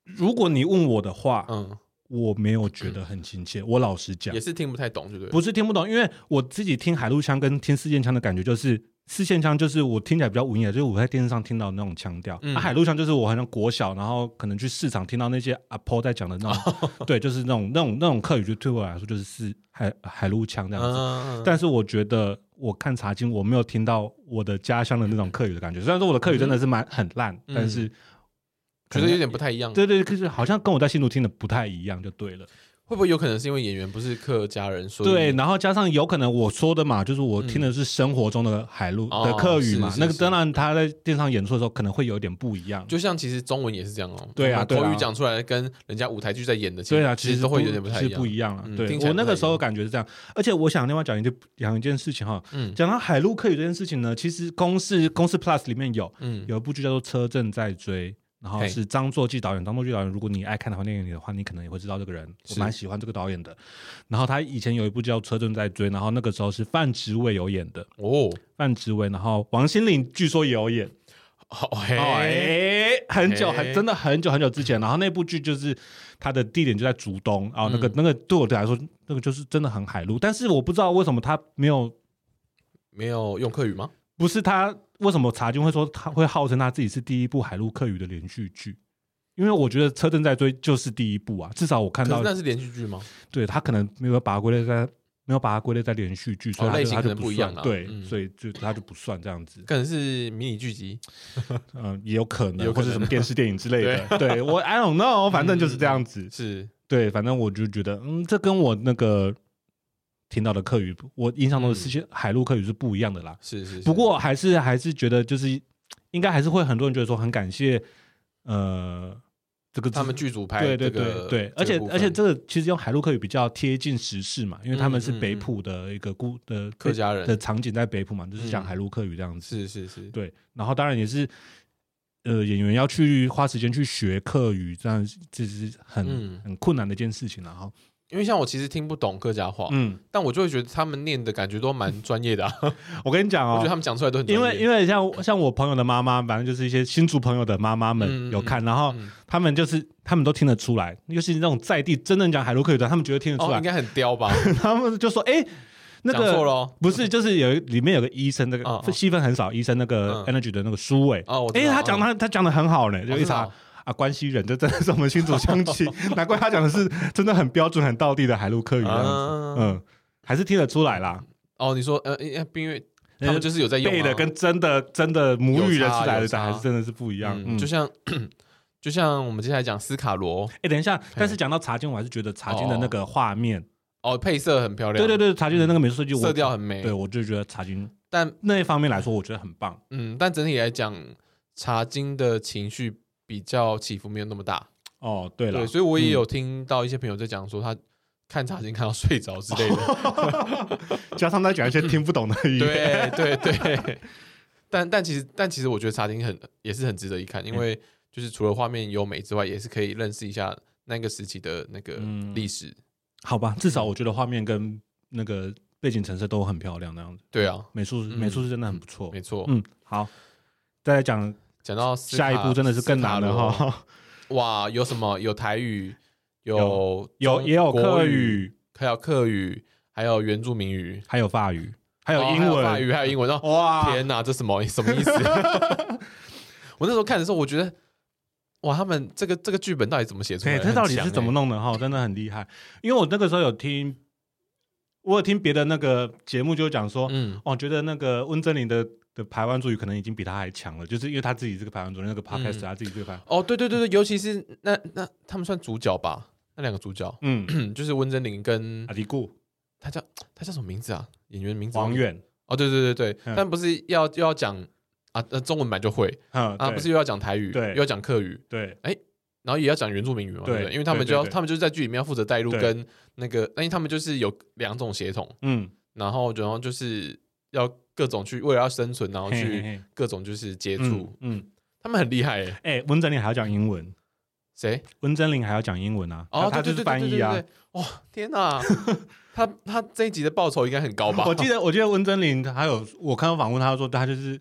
B: 如果你问我的话，
A: 嗯，
B: 我没有觉得很亲切。我老实讲
A: 也，是听不太懂，对不对？
B: 不是听不懂，因为我自己听海陆腔跟听四线腔的感觉就是。四线腔就是我听起来比较文雅，啊就是我在电视上听到的那种腔调。
A: 嗯
B: 啊、海陆腔就是我好像国小，然后可能去市场听到那些阿婆在讲的那
A: 哦
B: 种，对，就是那种那种那种客语，就对我来说就是四海海陆腔这样子。
A: 嗯，
B: 但是我觉得我看茶经，我没有听到我的家乡的那种客语的感觉。虽然说我的客语真的是蛮很烂，
A: 嗯
B: 但是
A: 觉得有点不太一样。
B: 对对，就是好像跟我在新竹听的不太一样，就对了。
A: 会不会有可能是因为演员不是客家人，所以
B: 对，啊然后加上有可能我说的嘛，就是我听的是生活中的海陆、
A: 哦
B: 的客语嘛，
A: 是是
B: 那个
A: 是
B: 当然他在电视上演出的时候可能会有一点不一样。
A: 就像其实中文也是这样哦，
B: 对啊
A: 我们
B: 对啊
A: 口语讲出来跟人家舞台剧在演的，
B: 对啊，
A: 其
B: 实
A: 都会
B: 不
A: 有点不太
B: 是
A: 一
B: 不
A: 样。
B: 一样了。
A: 嗯
B: 对
A: 听起来
B: 我
A: 不
B: 那
A: 太
B: 个
A: 一
B: 时候
A: 样
B: 感觉是这样，而且我想另外讲一件讲一件事情哈，
A: 嗯
B: 讲到海陆客语这件事情呢，其实公式公式 Plus 里面有
A: 嗯，
B: 有一部剧叫做《车正在追》。然后
A: 嘿
B: 是张作骥导演，张作骥导演，如果你爱看台湾电影的话，你可能也会知道这个人。我
A: 是
B: 蛮喜欢这个导演的。然后他以前有一部叫《车正在追》，然后那个时候是范植伟有演的，
A: 哦，
B: 范植伟，然后王心凌据说也有演，
A: 好
B: 哦
A: 嘿，
B: 哎、很久，
A: 哎
B: 很真的很久很久之前，然后那部剧就是它的地点就在竹东啊、哦那个
A: 嗯
B: 那个对我来说，那个就是真的很海陆，但是我不知道为什么他没有，
A: 没有用客语吗？
B: 不是他为什么查军会说他会号称他自己是第一部海陆客语的连续剧，因为我觉得《车正在追》就是第一部啊，至少我看
A: 可是
B: 到，
A: 那是连续剧吗？
B: 对他可能没有把它归类在。没有把它归类在连续剧，所以
A: 哦
B: 它就
A: 类型
B: 它就
A: 可能
B: 不
A: 不一样
B: 算
A: 啊
B: 对，
A: 嗯
B: 所以就它就不算这样子。
A: 可能是迷你剧集，
B: 嗯，也有可能，
A: 有可
B: 或者
A: 能
B: 什么电视电影之类的。 *laughs* 对我，I don't know，反正就是这样子。
A: 是
B: 对，反正我就觉得，嗯，这跟我那个听到的客语，我印象中的是些、海陆客语是不一样的啦。
A: 是嗯是，是
B: 不过还是还是觉得，就是应该还是会很多人觉得说很感谢，呃，这个
A: 他们剧组拍
B: 对对
A: 这个
B: 对对，而且而且这个其实用海陆客语比较贴近时事嘛，因为他们是北浦的一个故的
A: 嗯客家人
B: 的场景在北浦嘛，就是讲
A: 嗯
B: 海陆客语这样
A: 是
B: 子。
A: 是是，
B: 对，然后当然也是，呃，演员要去花时间去学课语，这样这是很、
A: 嗯哦
B: 很困难的一件事情了哈。
A: 因为像我其实听不懂客家话，
B: 嗯，
A: 但我就会觉得他们念的感觉都蛮专业的啊，
B: 我跟你讲
A: 我觉得
B: 哦，
A: 他们讲出来都很专
B: 因
A: 业
B: 为因为像像我朋友的妈妈，反正就是一些新竹朋友的妈妈们
A: 嗯嗯
B: 有看，然后
A: 嗯
B: 他们就是他们都听得出来，尤其是那种在地真正讲海陆客语的，他们觉得听得出
A: 哦
B: 来，
A: 应该很刁吧，
B: 他们就说哎。那
A: 讲错
B: 个
A: 了哦
B: 不是，就是有一里面有个医生，那
A: 嗯
B: 个
A: 嗯
B: 戏份很少，医生那个
A: 嗯
B: energy 的那个苏伟，
A: 哦，我知
B: 哎，
A: 道
B: 他讲他他讲的很好呢，就一查，
A: 哦
B: 啊，关西人，这真的是我们新竹乡
A: *laughs*
B: 亲，难怪他讲的是真的很标准、很道地的海陆客语啊嗯
A: 是吗
B: 这样子，
A: 啊
B: 嗯，还是听得出来啦。
A: 哦，你说呃，因因为他们就是有在用、啊，
B: 背的跟真的真的母
A: 有
B: 语人
A: 差
B: 出来
A: 有
B: 的
A: 差
B: 还是真的是不一样。
A: 嗯，
B: 嗯，
A: 就像就像我们接下来讲斯卡罗
B: 哎，等一下，但是讲到茶经，我还是觉得茶经的那个画面，
A: 哦，配色很漂亮，
B: 对对对，茶经的那个美术设计，
A: 色
B: 我
A: 调很美
B: 对，我就觉得茶经
A: 但
B: 那一方面来说，我觉得很棒。
A: 嗯，但整体来讲，茶经的情绪比较起伏没有那么大，
B: 哦，对了
A: 对，，所以我也有听到一些朋友在讲说他看茶经看到睡着之类
B: 哦
A: 的，
B: 加上他讲一些听不懂的语言，
A: 对对对。但但其实但其实我觉得茶经很也是很值得一
B: 嗯
A: 看，因为就是除了画面优美之外，也是可以认识一下那个时期的那个
B: 嗯
A: 历史。
B: 好吧，至少我觉得画面跟那个背景陈设都很漂亮，那样子，
A: 对啊，
B: 美术
A: 嗯
B: 美术是真的很不错
A: 没。错。
B: 嗯，好，再来讲
A: 讲到斯
B: 下一
A: 卡
B: 步，真的是更难了，
A: 斯卡
B: 哈，
A: 罗哇，有什么有台语，有
B: 有
A: 中
B: 也有
A: 国
B: 客
A: 语，
B: 语，
A: 还有客语，还有原住民语，
B: 还有法语，还有
A: 哦
B: 英
A: 法
B: 文，
A: 语，还有英文。然后
B: 哇，
A: 天哪，这什么什么
B: *laughs*
A: 意思？我那时候看的时候，我觉得哇，他们这个这个剧本到底怎么写出来
B: 对，
A: 的？
B: 哎这到
A: 很
B: 底是
A: 强
B: 怎么
A: 欸？
B: 弄的哈？真的很厉害，因为我那个时候有听，我有听别的那个节目就讲说，
A: 嗯，
B: 哦，觉得那个温真菱的的台湾主语可能已经比他还强了，就是因为他自己这个台湾主语那
A: 嗯
B: 个 podcast，、他自己这个台，
A: 哦，对对对对，尤其是那那他们算主角吧？那两个主角， *clears throat*
B: 嗯，
A: 就是温真菱跟
B: 阿迪固、
A: 他叫他叫什么名字啊？演员名字忘
B: 王
A: 记
B: 远，
A: 哦，对对对对，
B: 嗯
A: 但不是要又要讲啊，呃，中文版就会
B: 嗯，
A: 啊，
B: 对
A: 不是又要讲台语，
B: 对
A: 又要讲客语，
B: 对，
A: 然后也要讲原住民语嘛，
B: 对
A: 对不对？因为他们就要，
B: 对对对
A: 他们就是在剧里面要负责带入
B: 对
A: 跟那个，因为他们就是有两种血统，
B: 嗯，
A: 然后然后就是要各种去为了要生存，然后
B: 嘿嘿
A: 去
B: 嘿
A: 各种就是接触
B: 嗯，嗯，
A: 他们很厉害诶，
B: 哎、温真菱还要讲英文，
A: 谁？
B: 温真菱还要讲英文啊，
A: 哦，
B: 他
A: 对对
B: 就是
A: 对
B: 翻
A: 对对
B: 译
A: 对
B: 啊
A: 对，，哇，天哪，他他这一集的报酬应该很高吧？
B: *laughs* 我记得，我记得温真菱还有我看到访问，他说他就是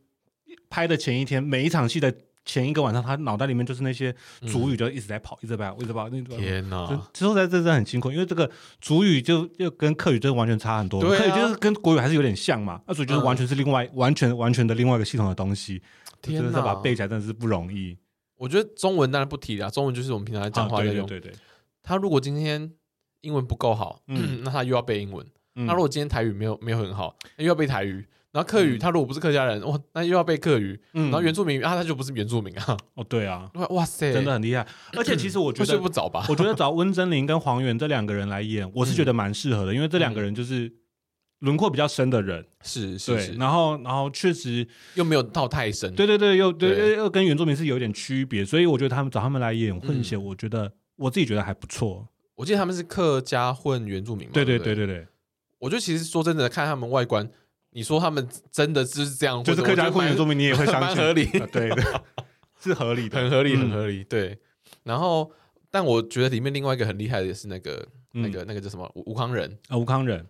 B: 拍的前一天，每一场戏的前一个晚上，他脑袋里面就是那些主语就一直在跑，一直在跑，一直跑，那
A: *laughs*
B: 就
A: 天啊哪，
B: 说实在，这真的很辛苦，因为这个主语就就跟客语真的完全差很多，
A: 对啊
B: 客语就是跟国语还是有点像嘛，那主语就是
A: 嗯
B: 完全是另外、完全完全的另外一个系统的东西，就
A: 天
B: 真的是把
A: 哪，
B: 它背起来真的是不容易。
A: 我觉得中文当然不提了，中文就是我们平常在讲
B: 啊
A: 话在
B: 对对
A: 用。
B: 对对，
A: 他如果今天英文不够好，*clears throat*
B: 嗯
A: 那他又要背英文。
B: 嗯
A: 那如果今天台语没有没有很好，又要背台语。然后客语，他如果不是客家人，哇，那又要背客语。
B: 嗯
A: 然后原住民语啊，他就不是原住民啊。 *laughs*
B: 哦对啊，
A: 哇哇塞，
B: 真的很厉害，而且其实我觉
A: 会睡
B: 得
A: 不着吧？
B: *laughs* 我觉得找温真菱跟黄源这两个人来演，我是觉
A: 嗯
B: 得蛮适合的，因为这两个人就是轮廓比较深的人，
A: 是嗯是
B: 对，
A: 是，
B: 然后然后确实，
A: 又没有到太深。
B: 对对对，又对
A: 对
B: 又又跟原住民是有点区别，所以我觉得他们找他们来演混
A: 嗯
B: 血，我觉得我自己觉得还不错，
A: 我记得他们是客家混原住民嘛。
B: 对
A: 对
B: 对
A: 不
B: 对。对对，
A: 我觉得其实说真的，看他们外观，你说他们真的就是这样，
B: 就是客家
A: 混
B: 混原住民，你也会相
A: *laughs* 蛮
B: 信，
A: 合
B: *laughs*
A: 理，
B: 啊
A: *laughs*
B: 对的，是合理的，
A: 很合理，
B: 嗯
A: 很合理。对，然后但我觉得里面另外一个很厉害的也是那个那个那个叫什么吴吴康仁，
B: 嗯啊吴康仁，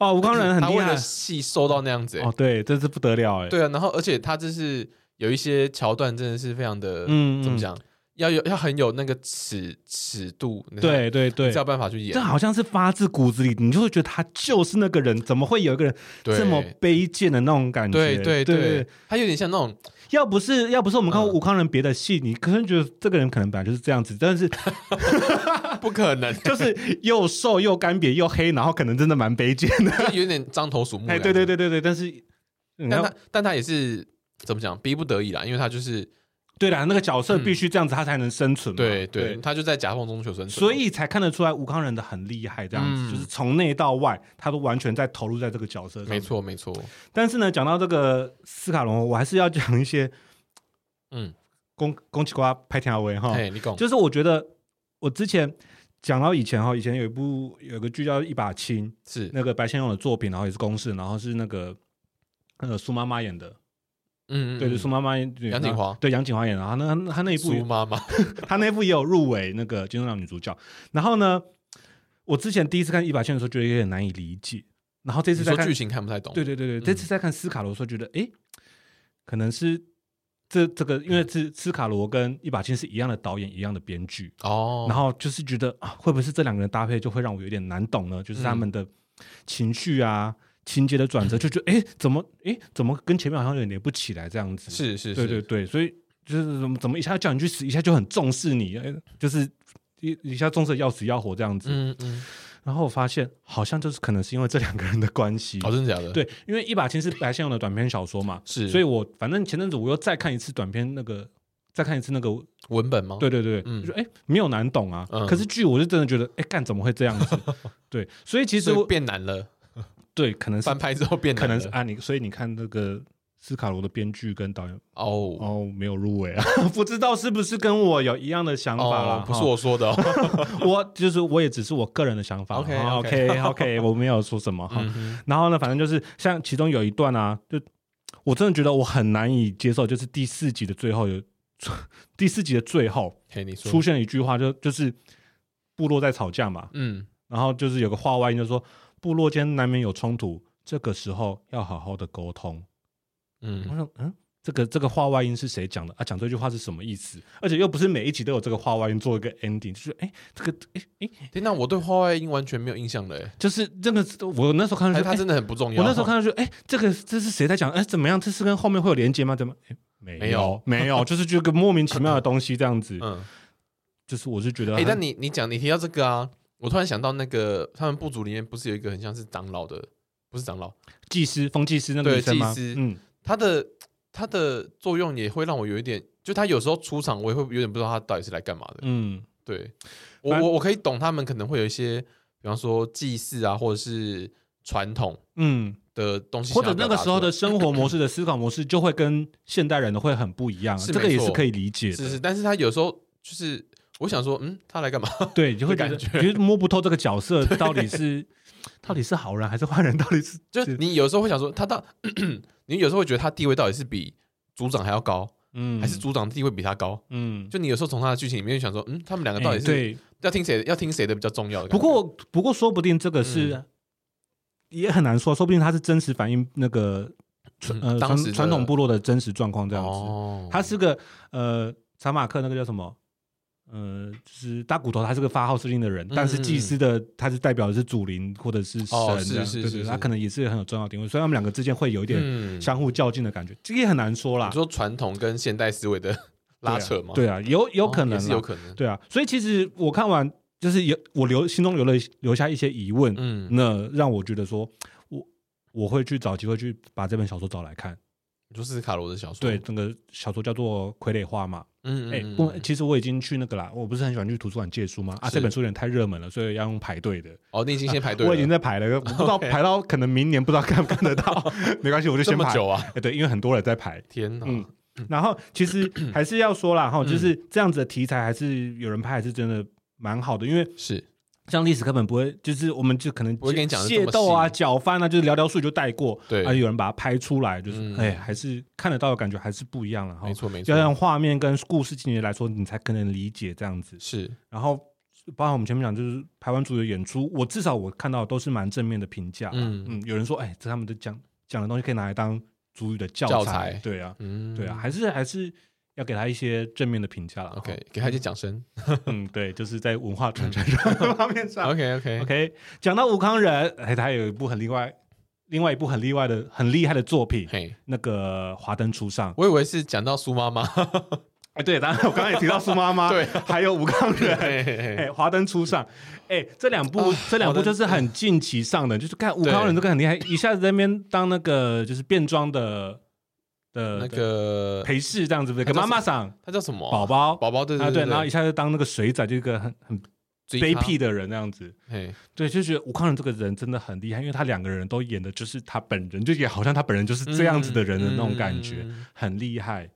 B: 哦吴康仁很
A: 他
B: 厉
A: 为
B: 害
A: 了，戏瘦到那样子、欸，
B: 哦对，真是不得了哎，
A: 对啊，然后而且他就是有一些桥段真的是非常的，
B: 嗯，嗯
A: 怎么？讲，要有要很有那个尺尺度，你知道，
B: 对对对
A: 才有，办法去演
B: 这，好像是发自骨子里，你就会觉得他就是那个人，怎么会有一个人
A: 对
B: 这么卑贱的那种感觉？
A: 对对对，他有点像那种
B: 要不是要不是我们看
A: 嗯
B: 过吴康仁别的戏，你可能觉得这个人可能本来就是这样子， *laughs* 但是啊
A: 不可
B: *laughs*
A: 能，就
B: 就是又瘦又干瘪又黑，然后可能真的蛮卑贱
A: *laughs*
B: 的。
A: 是有点獐头鼠目。
B: 哎，对对，对对对，但是嗯你
A: 但
B: 看
A: 他但他也是怎么讲，逼不得已啦，因为他就是
B: 对啦，那个角色必须这样子，他才能生存
A: 嗯
B: 嘛。
A: 对对，，他就在夹缝中求生存，
B: 啊所以才看得出来吴康仁的很厉害，这样子、
A: 嗯
B: 就是从内到外，他都完全在投入在这个角色上。
A: 没。错没错，
B: 但是呢，讲到这个斯卡隆，我还是要讲一些
A: 嗯，
B: 宫宫崎瓜拍条尾哈，
A: 哎，你讲，
B: 哦就是我觉得我之前讲到以前哈，以前有一部有一个剧叫《一把青》，
A: 是嗯
B: 那个白先勇的作品，然后也是公式，然后是那个呃苏妈妈演的，
A: 嗯嗯，
B: 对，
A: 嗯
B: 就苏妈妈演
A: 杨景华
B: 对杨景华演的，然后那他那一部
A: 苏妈妈，
B: 他那部也有入围那个金钟奖女主角，然后呢，我之前第一次看《一把青》的时候觉得有点难以理解，然后这次
A: 你
B: 再
A: 说
B: 看
A: 剧情看不太懂，
B: 对对对对，
A: 嗯
B: 这次在看斯卡罗的时候，觉得诶，可能是这这个，因为是斯卡罗跟一把青是一样的导演，一样的编剧，
A: 哦，
B: 然后就是觉得啊，会不会是这两个人搭配就会让我有点难懂呢？就是他们
A: 嗯
B: 的情绪啊、情节的转折，就觉得诶，怎么诶，怎么跟前面好像有点连不起来这样子？
A: 是是
B: 对
A: 是，
B: 对对，所以就是怎么怎么一下叫你去死，一下就很重视你，诶就是一一下重视得要死要活这样子。
A: 嗯嗯，
B: 然后我发现好像就是可能是因为这两个人的关系。
A: 哦，真的假的？，
B: 对，因为一把青是白先勇的短篇小说嘛，
A: 是，
B: 所以我反正前阵子我又再看一次短篇那个，再看一次那个，
A: 文本吗？
B: 对对对，
A: 嗯
B: 就哎、没有难懂啊，
A: 嗯
B: 可是剧我就真的觉得，哎、干怎么会这样
A: *laughs*
B: 子？对，所以其
A: 所
B: 实
A: 以
B: 我
A: 变难了，
B: 对可能是
A: 翻拍之后变难
B: 可
A: 了，
B: 能是啊，你所以你看那个斯卡罗的编剧跟导演
A: 哦
B: 哦没有入围啊， *laughs* 不知道是不是跟我有一样的想法
A: 哦，
B: 啦？
A: 不是
B: 哈
A: 我说的哦，
B: *laughs* 我就是我也只是我个人的想法。
A: OK，
B: 哈
A: OK
B: OK OK，我 *laughs* 没有说什么哈。
A: 嗯哼
B: 然后呢，反正就是像其中有一段啊，就我真的觉得我很难以接受，就是第四集的最后有 *laughs* 第四集的最后
A: 嘿，你说
B: 出，现了一句话，就就是部落在吵架嘛，
A: 嗯，
B: 然后就是有个话外音就说部落间难免有冲突，这个时候要好好的沟通。我
A: 嗯，
B: 想，嗯。这个这个话外音是谁讲的啊？讲这句话是什么意思？而且又不是每一集都有这个话外音做一个 ending，就是哎，这个哎哎，
A: 天哪，我对花外音完全没有印象了，哎
B: 就是这个，我那时候看
A: 还
B: 上
A: 是哦
B: 去，
A: 它
B: 哎
A: 真的很不重要。
B: 我那时候看上去，哎、这个这是谁在讲？哎、怎么样？这是跟后面会有连接吗？怎么？哎没
A: 没有，
B: 没
A: *laughs*
B: 有，就是这个莫名其妙的东西这样子。
A: 嗯，
B: 就是我是觉得
A: 哎、
B: 很，
A: 但你你讲你提到这个啊，我突然想到那个他们部族里面不是有一个很像是长老的，不是长老，
B: 技师风技师那个
A: 对
B: 女生吗？
A: 祭司
B: 嗯，
A: 他的他的作用也会让我有一点，就他有时候出场，我也会有点不知道他到底是来干嘛的。
B: 嗯，
A: 对我
B: 反
A: 我我可以懂他们可能会有一些，比方说祭祀啊，或者是传统
B: 嗯，
A: 的东西，
B: 或者那个时候的
A: *clears throat*
B: 生活模式的思考模式就会跟现代人的会很不一样，
A: 是
B: 这个也
A: 没
B: 是
A: 错
B: 可以理解的。
A: 是是，但是他有时候就是我想说，嗯，他来干嘛？
B: 对，就会
A: 的
B: 觉得
A: 感觉
B: 觉得摸不透这个角色到
A: *laughs*
B: 底是到底是好人还是坏人，到底是
A: 就是你有时候会想说，他到 *clears throat* 你有时候会觉得他地位到底是比组长还要高，
B: 嗯
A: 还是组长地位比他高？
B: 嗯，
A: 就你有时候从他的剧情里面就想说，嗯，他们两个到底
B: 哎
A: 是
B: 对
A: 要听谁的要听谁的比较重要的感觉？嗯
B: 不过，不过，说不定这个是、也很难说，说不定它是真实反映那个传
A: 嗯
B: 呃
A: 当
B: 传
A: 时的
B: 传统部落的真实状况这样子。
A: 哦，
B: 它啊是个呃，查马克那个叫什么？呃，就是大骨头，他是个发号施令的人，
A: 嗯
B: 但是祭司的他是代表的是祖灵或者是神
A: 哦是
B: 这样，
A: 是
B: 对
A: 是
B: 对，
A: 是
B: 他可能也是很有重要定位，所以他们两个之间会有一点
A: 嗯
B: 相互较劲的感觉，这个也很难说啦
A: 你，说传统跟现代思维的拉扯吗？
B: 对啊，有有
A: 哦
B: 可能
A: 也是
B: 啦
A: 有可能。
B: 对啊，所以其实我看完就是有我留心中留了留下一些疑问，
A: 嗯，
B: 那让我觉得说，我我会去找机会去把这本小说找来看。
A: 你说斯卡罗的小说，
B: 对，，这个小说叫做《傀儡画》嘛。
A: 嗯
B: 哎、
A: 嗯，
B: 我
A: 嗯
B: 其实我已经去那个啦，我不是很喜欢去图书馆借书吗？啊，
A: 是
B: 这本书有点太热门了，所以要用排队的。
A: 哦，你已经先排队了，
B: 我已经在排了，不知道
A: OK
B: 排到可能明年不知道看不看得到，
A: *laughs*
B: 没关系，我就
A: 这
B: 先
A: 么
B: 排。
A: 久啊！
B: 哎，对，因为很多人在排。
A: 天哪，
B: 嗯然后
A: *clears throat*
B: 其实还是要说啦，哈，
A: 嗯
B: 就是这样子的题材，还是有人拍，还是真的蛮好的，因为
A: 是
B: 像历史课本不会，就是我们就可能
A: 不会跟你讲得这么
B: 械斗啊、
A: 细
B: 绞翻啊，就是寥寥数语就带过，啊
A: 对
B: 而有人把它拍出来，就是
A: 嗯
B: 哎、还是看得到的感觉还是不一样了哈
A: 没。错没
B: 要
A: 错，
B: 让画面跟故事情节来说，你才可能理解这样子。
A: 是
B: 然后，包含我们前面讲，就是台湾组的演出，我至少我看到都是蛮正面的评价啦。
A: 嗯
B: 嗯有人说，哎、这他们的讲讲的东西可以拿来当主语的教材，
A: 教材
B: 对啊，
A: 嗯，
B: 对啊，还是还是要给他一些正面的评价了。
A: OK，给他一些掌声。
B: 嗯，对，就是在文化传承上方面上。
A: OK OK，
B: 嗯 OK，讲到吴康仁，哎，他有一部很例外，另外一部很例外的、很厉害的作品，
A: 嘿，
B: 那个《华灯初上》。
A: 我以为是讲到苏妈
B: *laughs*
A: 妈，
B: 哎，对，当然我刚刚也提到苏妈妈，
A: 对，
B: 还有吴康仁。
A: 嘿嘿
B: 哎，
A: 嘿
B: 《华灯初上》哎，这两部、
A: 啊
B: 这两部
A: 华灯
B: 就是很近期上的，就是看吴康仁这个很厉害，一下子在那边当那个就是变装的的
A: *laughs* 那个
B: 陪侍这样子，对，
A: 他
B: 给
A: 叫
B: 妈妈赏
A: 他叫什么啊？
B: 宝宝
A: 宝宝对
B: 啊，对，
A: 对
B: 然后一下就当那个水仔，就一个很很
A: 追
B: 卑
A: 他
B: 鄙的人那样子。
A: 嘿，
B: 对，就觉得吴康仁这个人真的很厉害，因为他两个人都演的就是他本人，就也好像他本人就是这样子的人的那种感觉，
A: 嗯嗯嗯嗯
B: *laughs* 很厉害。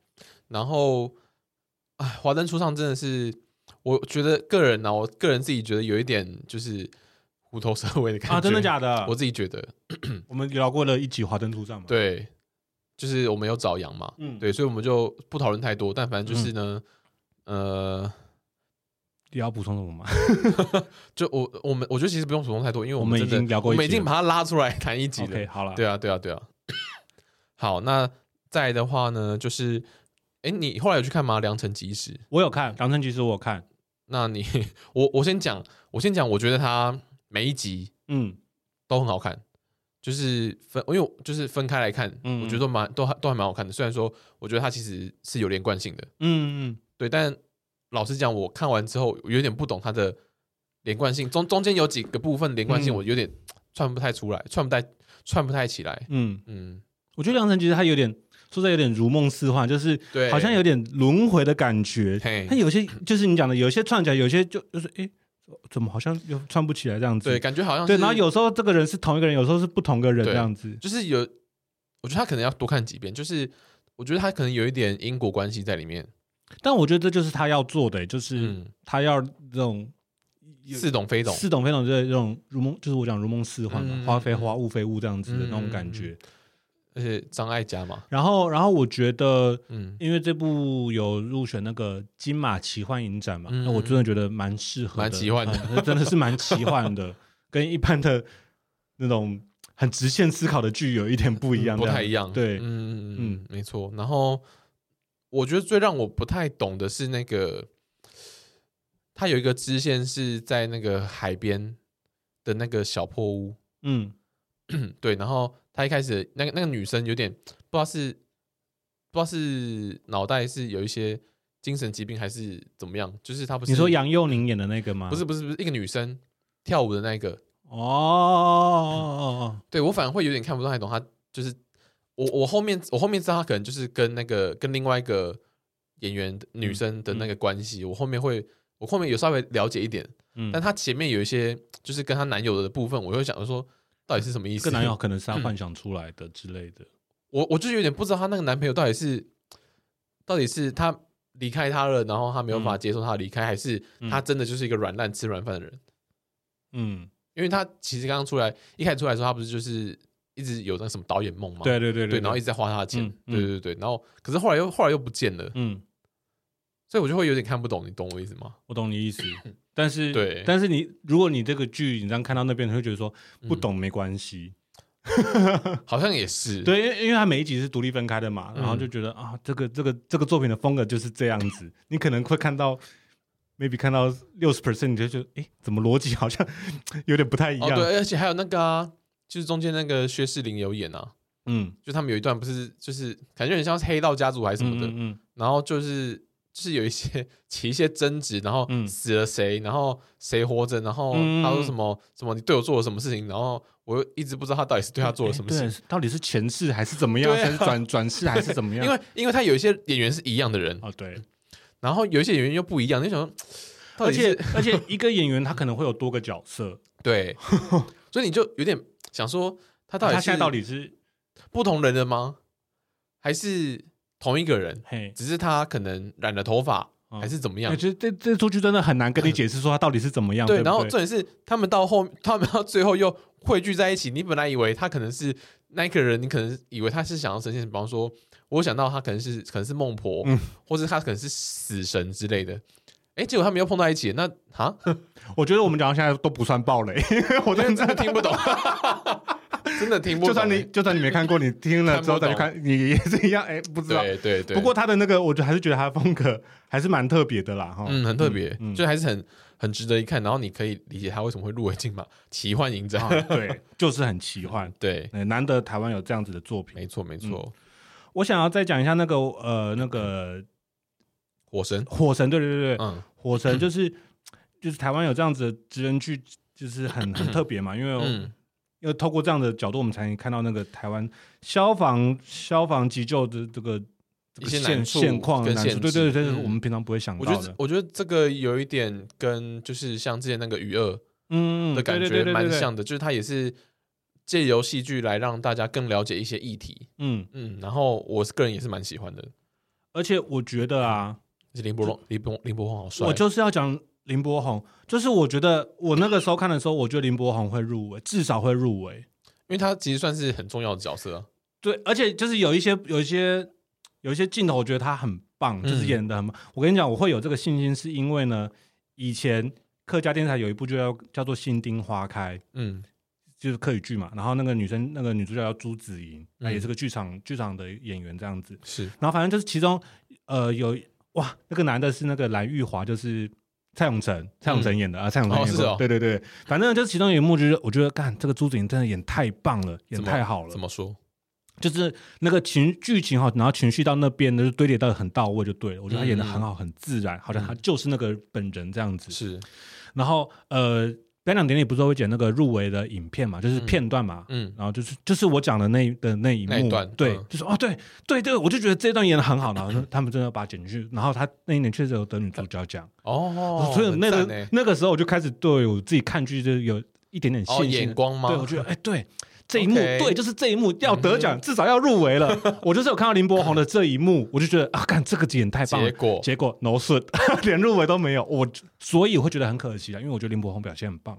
A: 然后，哎，华灯初上真的是，我觉得个人呢、我个人自己觉得有一点就是虎头蛇尾的感觉
B: 啊，真的假的？嗯
A: 我
B: 我
A: 自己觉得，
B: 我们聊过了一集《华灯初上》嘛，，
A: 对，就是我们有找羊嘛，
B: 嗯，
A: 对，所以我们就不讨论太多，但反正就是呢，呃，
B: 你要补充什么吗？
A: 就我我们我觉得其实不用补充太多，因为
B: 我
A: 们
B: 们
A: 真的
B: 已经聊过
A: 我
B: 一
A: 们已
B: 集
A: 经
B: 了
A: 把它拉出来谈一集了
B: OK，好了，
A: 对啊，对啊， *coughs* 对啊。好，那再来的话呢，就是，哎，你后来有去看吗？《良辰吉时》？
B: 我有看《良辰吉时》，我有看，
A: 那你我我先讲，我先讲，我觉得它每一集
B: 嗯
A: 都很好看，就是分，因为我就是分开来看，
B: 嗯
A: 我觉得都蛮都还都还蛮好看的。虽然说，我觉得它其实是有连贯性的，
B: 嗯嗯，
A: 对，但老实讲，我看完之后有点不懂它的连贯性，中中间有几个部分连贯性，
B: 嗯
A: 我有点串不太出来，串不太串不太起来。
B: 嗯，
A: 嗯，
B: 我觉得梁晨其实他有点说在有点如梦似幻，就是
A: 对，
B: 好像有点轮回的感觉。
A: 嘿
B: 他有些就是你讲的，有些串起来，有些就就是诶，怎么好像又串不起来这样子？
A: 对，感觉好像
B: 对，
A: 是
B: 然后有时候这个人是同一个人，有时候是不同个人
A: 对
B: 这样子。
A: 就是有，我觉得他可能要多看几遍，就是我觉得他可能有一点因果关系在里面。
B: 但我觉得这就是他要做的、就是
A: 嗯，
B: 他要这种有
A: 似懂非懂，
B: 似懂非懂的这种如梦，就是我讲如梦似幻嘛
A: 嗯，
B: 花非花，雾非雾这样子的那种感觉。
A: 而且张艾嘉嘛，
B: 然后，然后我觉得，
A: 嗯，
B: 因为这部有入选那个金马奇幻影展嘛，
A: 嗯
B: 那我真的觉得蛮适合的，
A: 蛮奇幻的
B: 嗯真的是蛮奇幻
A: *laughs*
B: 的，跟一般的那种很直线思考的剧有一点不一样，
A: 不
B: 这
A: 太
B: 样
A: 一样。
B: 对
A: 嗯嗯嗯
B: 嗯
A: 嗯，没错。然后我觉得最让我不太懂的是那个，它有一个支线是在那个海边的那个小破屋，
B: 嗯，
A: 对。然后他一开始那个那个女生有点不知道是不知道是脑袋是有一些精神疾病还是怎么样，就是她不是
B: 你说杨佑宁演的那个吗？
A: 不是不是不是一个女生跳舞的那个，
B: 哦，
A: 对我反而会有点看不太懂他，就是我我后面我后面知道他可能就是跟那个跟另外一个演员的
B: 嗯
A: 女生的那个关系，我后面会我后面有稍微了解一点，
B: 嗯，
A: 但她前面有一些就是跟她男友的部分，我会想说到底是什么意思？
B: 这个男友，可能
A: 嗯
B: 是他幻想出来的之类的。
A: 我我就有点不知道她那个男朋友到底是到底是她离开他了，然后她没有办
B: 嗯
A: 法接受她的离开，还是她真的就是一个软烂吃软饭的人？
B: 嗯，
A: 因为她其实刚刚出来一开始出来的时候，她不是就是一直有那个什么导演梦吗？
B: 对对对
A: 对，然后一直在花他的钱，
B: 嗯嗯
A: 对对对，然后可是后来又后来又不见了，
B: 嗯，
A: 所以我就会有点看不懂，你懂我意思
B: *laughs*
A: 吗？
B: 我懂你意思，但是
A: 嗯对
B: 但是你如果你这个剧你这样看到那边，你会觉得说
A: 嗯
B: 不懂没关系，
A: 好像也是，
B: 对，因为因为它每一集是独立分开的嘛，
A: 嗯
B: 然后就觉得啊，这个这个这个作品的风格就是这样子，你可能会看到。maybe 看到六十 percent 你就觉得，哎，怎么逻辑好像有点不太一
A: 哦
B: 样？
A: 对，而且还有那个啊，就是中间那个薛仕凌有演啊，
B: 嗯，
A: 就他们有一段不是就是感觉很像是黑道家族还是什么的，
B: 嗯嗯
A: 然后就是就是有一些 *laughs* 起一些争执，然后
B: 嗯
A: 死了谁，然后谁活着，然后
B: 嗯
A: 他说什么、什么你对我做了什么事情，然后我又一直不知道他到底是对他做了什么事情，
B: 对，到底是前世还是怎么样？
A: 对啊
B: 还是转转世还是怎么样？
A: 因为因为他有一些演员是一样的人，
B: 哦，对，
A: 然后有一些演员又不一样，你就想说。到
B: 而
A: 底是
B: 且而且一个演员他可能会有多个角色， *laughs*
A: 对，所以你就有点想说，他到底
B: 啊他
A: 是
B: 现在到底是
A: 不同人了吗？还是同一个人？
B: 嘿，
A: 只是他可能染了头发，
B: 嗯
A: 还是怎么
B: 我
A: 样？
B: 觉得这这出剧真的很难跟你解释说他到底是怎么样，对不对，
A: 然后重点是他们到后，他们到最后又汇聚在一起。你本来以为他可能是那个人，你可能以为他是想要呈现，比方说，我想到他可能是可能是孟婆，
B: 嗯
A: 或者他可能是死神之类的。哎，结果他们又碰到一起，那
B: *laughs*
A: 啊，
B: 我觉得我们讲到现在都不算暴雷，因为我
A: 我
B: 真
A: 真
B: 的
A: 的听不懂， *laughs* 真的听不懂。哎
B: 就算你就算你没看过，你
A: *laughs*
B: 听了之后再去看，你也是一样，哎，不知道。
A: 对对对，
B: 不过他的那个，我觉得还是觉得他的风格还是蛮特别的啦，哈，
A: 嗯，很特别，
B: 嗯嗯
A: 就还是很很值得一看。然后你可以理解他为什么会入围金马奇幻影展。
B: 啊对，就是很奇幻，
A: *laughs* 对，
B: 哎难得台湾有这样子的作品。
A: 没错没错，
B: 我想要再讲一下那个呃那个
A: 火神，
B: 火神，对对对对，
A: 嗯
B: 火神就是就是台湾有这样子的职人剧，就是很很特别嘛，因为我
A: 嗯
B: 因为透过这样的角度，我们才能看到那个台湾消防消防急救的这个这
A: 一
B: 个
A: 些
B: 现
A: 难处
B: 现况的
A: 跟
B: 难处，
A: 限
B: 对
A: 制
B: 对对，这是
A: 嗯
B: 我们平常不会想
A: 我觉
B: 到
A: 得这
B: 的，
A: 我觉得这个有一点跟就是像之前那个余二
B: 嗯
A: 的感
B: 对
A: 觉
B: 对对对
A: 蛮
B: 对对
A: 像的，就是他也是借由戏剧来让大家更了解一些议题。
B: 嗯，
A: 嗯，然后我个人也是蛮喜欢的，
B: 而且我觉得啊，
A: 而且林柏宏，林柏林柏宏好帅，
B: 我就是要讲林柏宏，就是我觉得我那个时候看的时候，我觉得林柏宏会入 *laughs* 围，至少会入围，
A: 因为他其实算是很重要的角色啊。
B: 对，而且就是有一些有一些有一些镜头，我觉得他很棒，就是
A: 嗯
B: 演的很棒。我跟你讲，我会有这个信心，是因为呢，以前客家电视台有一部就叫叫做《新丁花开》，
A: 嗯
B: 就是客语剧嘛。然后那个女生，那个女主角叫朱子莹，那、
A: 嗯
B: 也是个剧场剧场的演员这样子。
A: 是，
B: 然后反正就是其中呃有哇，那个男的是那个蓝玉华，就是。蔡永成，蔡永成演的、啊，蔡永成
A: 哦
B: 演
A: 是
B: 的，
A: 哦
B: 对对对，反正就是其中有一幕，就是我觉得干这个朱子莹真的演太棒了，演
A: 怎么
B: 太好了
A: 怎，么说？
B: 就是那个情剧情哈，然后情绪到那边呢，就堆叠到很到位就对了。我觉得他演的很好，很自然，好像他就是那个本人这样子。
A: 嗯是，
B: 然后呃，颁奖典礼不是会剪那个入围的影片嘛，就是片段嘛，
A: 嗯
B: 然后就是就是我讲的那的那一幕，
A: 那一段
B: 对，
A: 嗯
B: 就是哦，对对对，我就觉得这一段演的很好，然后他们真的把它剪进去，然后他那一年确实有得女主角奖，
A: 哦，
B: 所以那
A: 很赞
B: 个
A: 欸
B: 那个时候我就开始对我自己看剧就有一点点信
A: 哦
B: 心，
A: 眼光吗？
B: 对，我觉得哎、对。这一幕
A: OK 嗯
B: 对，就是这一幕要得奖，至少要入围了。我就是有看到林柏宏的这一幕，我就觉得啊，看这个演太棒了
A: 结。果
B: 结果 no 顺， *laughs* 连入围都没有。我所以会觉得很可惜啊，因为我觉得林柏宏表现很棒，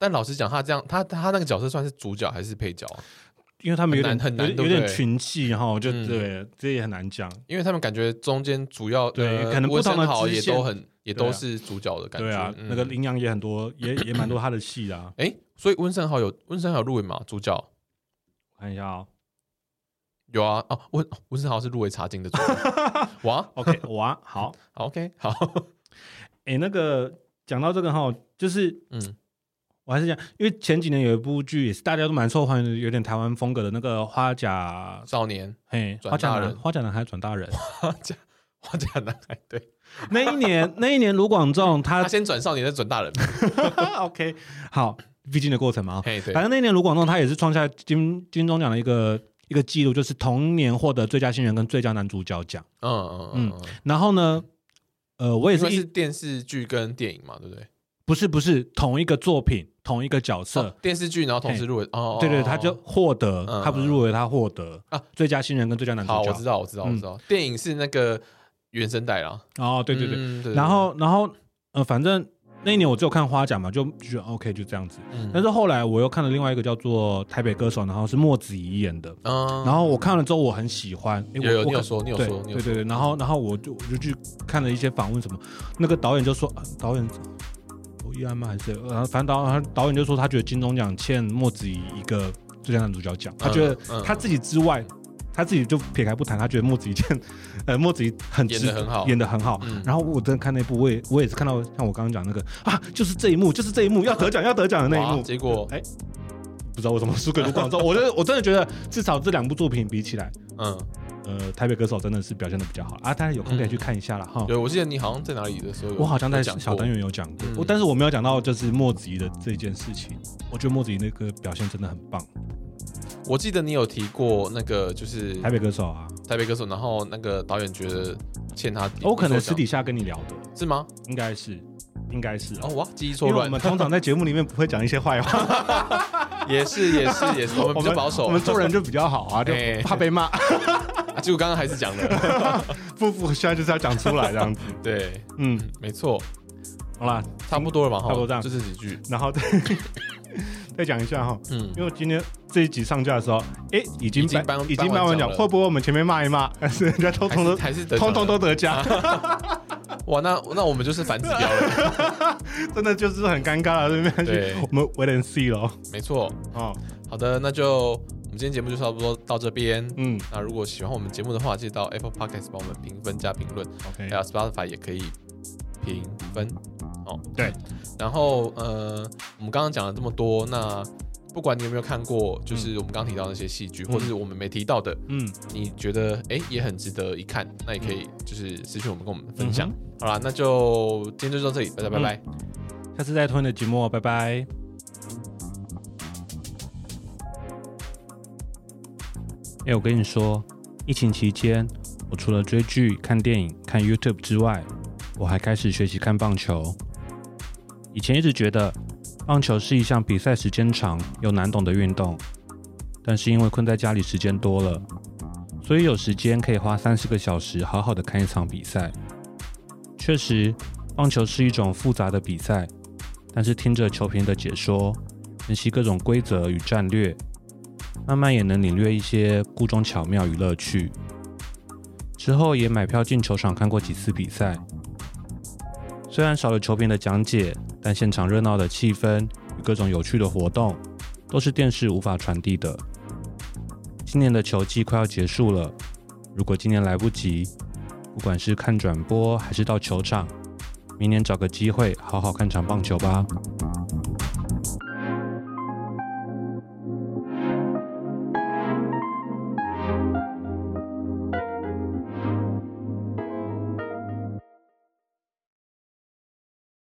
A: 但老实讲，他这样，他他那个角色算是主角还是配角啊、
B: 因为他们有点
A: 很难很难
B: 有点有
A: 对不
B: 点
A: 对
B: 群戏哈，我就
A: 嗯
B: 对，这也很难讲。
A: 因为他们感觉中间主要
B: 对
A: 呃
B: 可能不
A: 温
B: 同的
A: 升豪
B: 支
A: 也
B: 线
A: 都很也
B: 对啊
A: 都是主角的感觉。
B: 对啊，
A: 嗯
B: 那个林阳也很多，
A: *coughs*
B: 也也蛮多他的戏的啊。
A: 哎，所以温升豪有温升豪有入围吗？主角
B: 我看一下哦
A: 有啊，哦，温温升豪是入围茶经的主角。
B: *laughs*
A: 哇 *laughs*
B: ，OK，哇，好，
A: 好，OK，好，
B: 哎，那个讲到这个哈，就是
A: 嗯，
B: 我还是讲，因为前几年有一部剧也是大家都蛮受欢迎的，有点台湾风格的那个花甲，
A: 少年 *laughs*
B: 嘿，
A: 转
B: 花甲
A: 大
B: 男，
A: 人
B: 花甲男孩转大人。
A: 花甲花甲男孩，对
B: 那一年， *laughs* 那一年卢广仲
A: *laughs*
B: 他
A: 他先转少年，再转大人。
B: OK 好，必经的过程嘛，
A: 嘿，对
B: 哦反，正那年卢广仲他也是创下金金钟奖的一个一个记录，就是同年获得最佳新人跟最佳男主角奖。
A: 嗯嗯嗯嗯，
B: 然后呢，呃，我也
A: 因
B: 是
A: 为
B: 一
A: 是电视剧跟电影嘛，对不对？
B: 不是不是同一个作品同一个角色，
A: 哦电视剧，然后同时入围。哦，哦
B: 对对，
A: 哦
B: 他就获得，
A: 嗯
B: 他不是入围，他获得
A: 啊
B: 最佳新人跟最佳男主
A: 好，我知
B: 角。
A: 道，我知道，我知道，电影是那个原声带啦。
B: 哦，对对对，
A: 嗯对
B: 然后然后呃，反正那一年我只有看花甲嘛，就觉得 OK 就这样子。
A: 嗯
B: 但是后来我又看了另外一个叫做《台北歌手》，然后是莫子仪演的，
A: 嗯，
B: 然后我看了之后我很喜欢，诶
A: 有
B: 我
A: 有
B: 我
A: 你有
B: 可
A: 说，你有
B: 对
A: 说，你有
B: 对
A: 说
B: 对对，然后然后我就我就去看了一些访问什么，那个导演就说，啊导演我依安吗还是谁然后反正导他导演就说他觉得金钟奖欠莫子仪一个最佳男主角奖，他觉得
A: 嗯
B: 他自己之外，他自己就撇开不谈，他觉得莫子仪欠呃莫子仪很
A: 演
B: 值
A: 得很好
B: 演的很好。
A: 嗯
B: 然后我真的看那部，我也我也是看到像我刚刚讲那个啊，就是这一幕，就是这一幕要得奖要得奖的那一
A: 哇
B: 幕，
A: 结果
B: 哎。不知道为什么输给卢
A: *laughs*
B: 广仲，我真的我真的觉得至少这两部作品比起来，
A: 嗯，
B: 呃，台北歌手真的是表现的比较好啊，大家有空可以去看一下了哈。
A: 对，我记得你好像在哪里的时候嗯有，
B: 我好像在
A: 有讲
B: 小
A: 过
B: 单元有讲过，
A: 嗯
B: 我但是我没有讲到就是莫子仪的这件事情。我觉得莫子仪那个表现真的很棒，
A: 嗯我记得你有提过那个就是
B: 台北歌手啊，
A: 台北歌手，然后那个导演觉得欠他，
B: 哦我可能私底下跟你聊的，
A: 是吗？
B: 应该是，应该是
A: 哦
B: 哦。
A: 哇，记忆错
B: 因为我
A: 乱
B: 们，通常在节目里面不会讲一些坏话，
A: *laughs* 也是也是
B: *laughs*
A: 也 *laughs* 是，我们比较保守，
B: 我们做人就比较好啊，就
A: 哎
B: 怕被骂。
A: *laughs*
B: *laughs*
A: 啊结果刚刚还是讲了，
B: 不不，现在就是要讲出来这样子。
A: 对，
B: 嗯，
A: 没错，
B: 好啦，
A: 差不多了嘛，哈
B: 差不多这样
A: 就这几句，
B: 然后再 *laughs* 再讲一下哈，
A: 嗯，
B: 因为今天这一集上架的时候，哎，已经
A: 已经
B: 颁
A: 颁
B: 已经
A: 颁完
B: 完
A: 奖
B: 奖，
A: 了
B: 会不会我们前面骂一骂， *laughs* 但是人家通
A: 还
B: 通
A: 是
B: 都
A: 还是得
B: 通通都得
A: *laughs*
B: 奖？
A: 哇，那那我们就是反指标了，
B: 真的就是很尴尬了，啊对不
A: 对
B: 对？我们 wait and see 咯。
A: 没错，
B: 哦，
A: 好的，那就我们今天节目就差不多到这边。
B: 嗯
A: 那如果喜欢我们节目的话，记得到 Apple Podcast 帮我们评分加评论，
B: ，OK，
A: 还有 Spotify 也可以评分哦。
B: 对，
A: 然后呃，我们刚刚讲了这么多，那不管你有没有看过，就是我们刚刚提到那些戏剧，或者是我们没提到的，
B: 嗯，
A: 你觉得哎也很值得一看，那也可以就是私讯我们跟我们分
B: 嗯
A: 享。好啦，那就今天就到这里，大家拜拜。
B: 下次再拖你的节目哦，拜拜。哎、我跟你说，疫情期间，我除了追剧、看电影、看 YouTube 之外，我还开始学习看棒球。以前一直觉得棒球是一项比赛时间长又难懂的运动，但是因为困在家里时间多了，所以有时间可以花三四个小时好好的看一场比赛。确实，棒球是一种复杂的比赛，但是听着球评的解说，分析各种规则与战略，慢慢也能领略一些故中巧妙与乐趣。之后也买票进球场看过几次比赛，虽然少了球评的讲解，但现场热闹的气氛与各种有趣的活动，都是电视无法传递的。今年的球季快要结束了，如果今年来不及，不管是看转播还是到球场，明年找个机会好好看场棒球吧。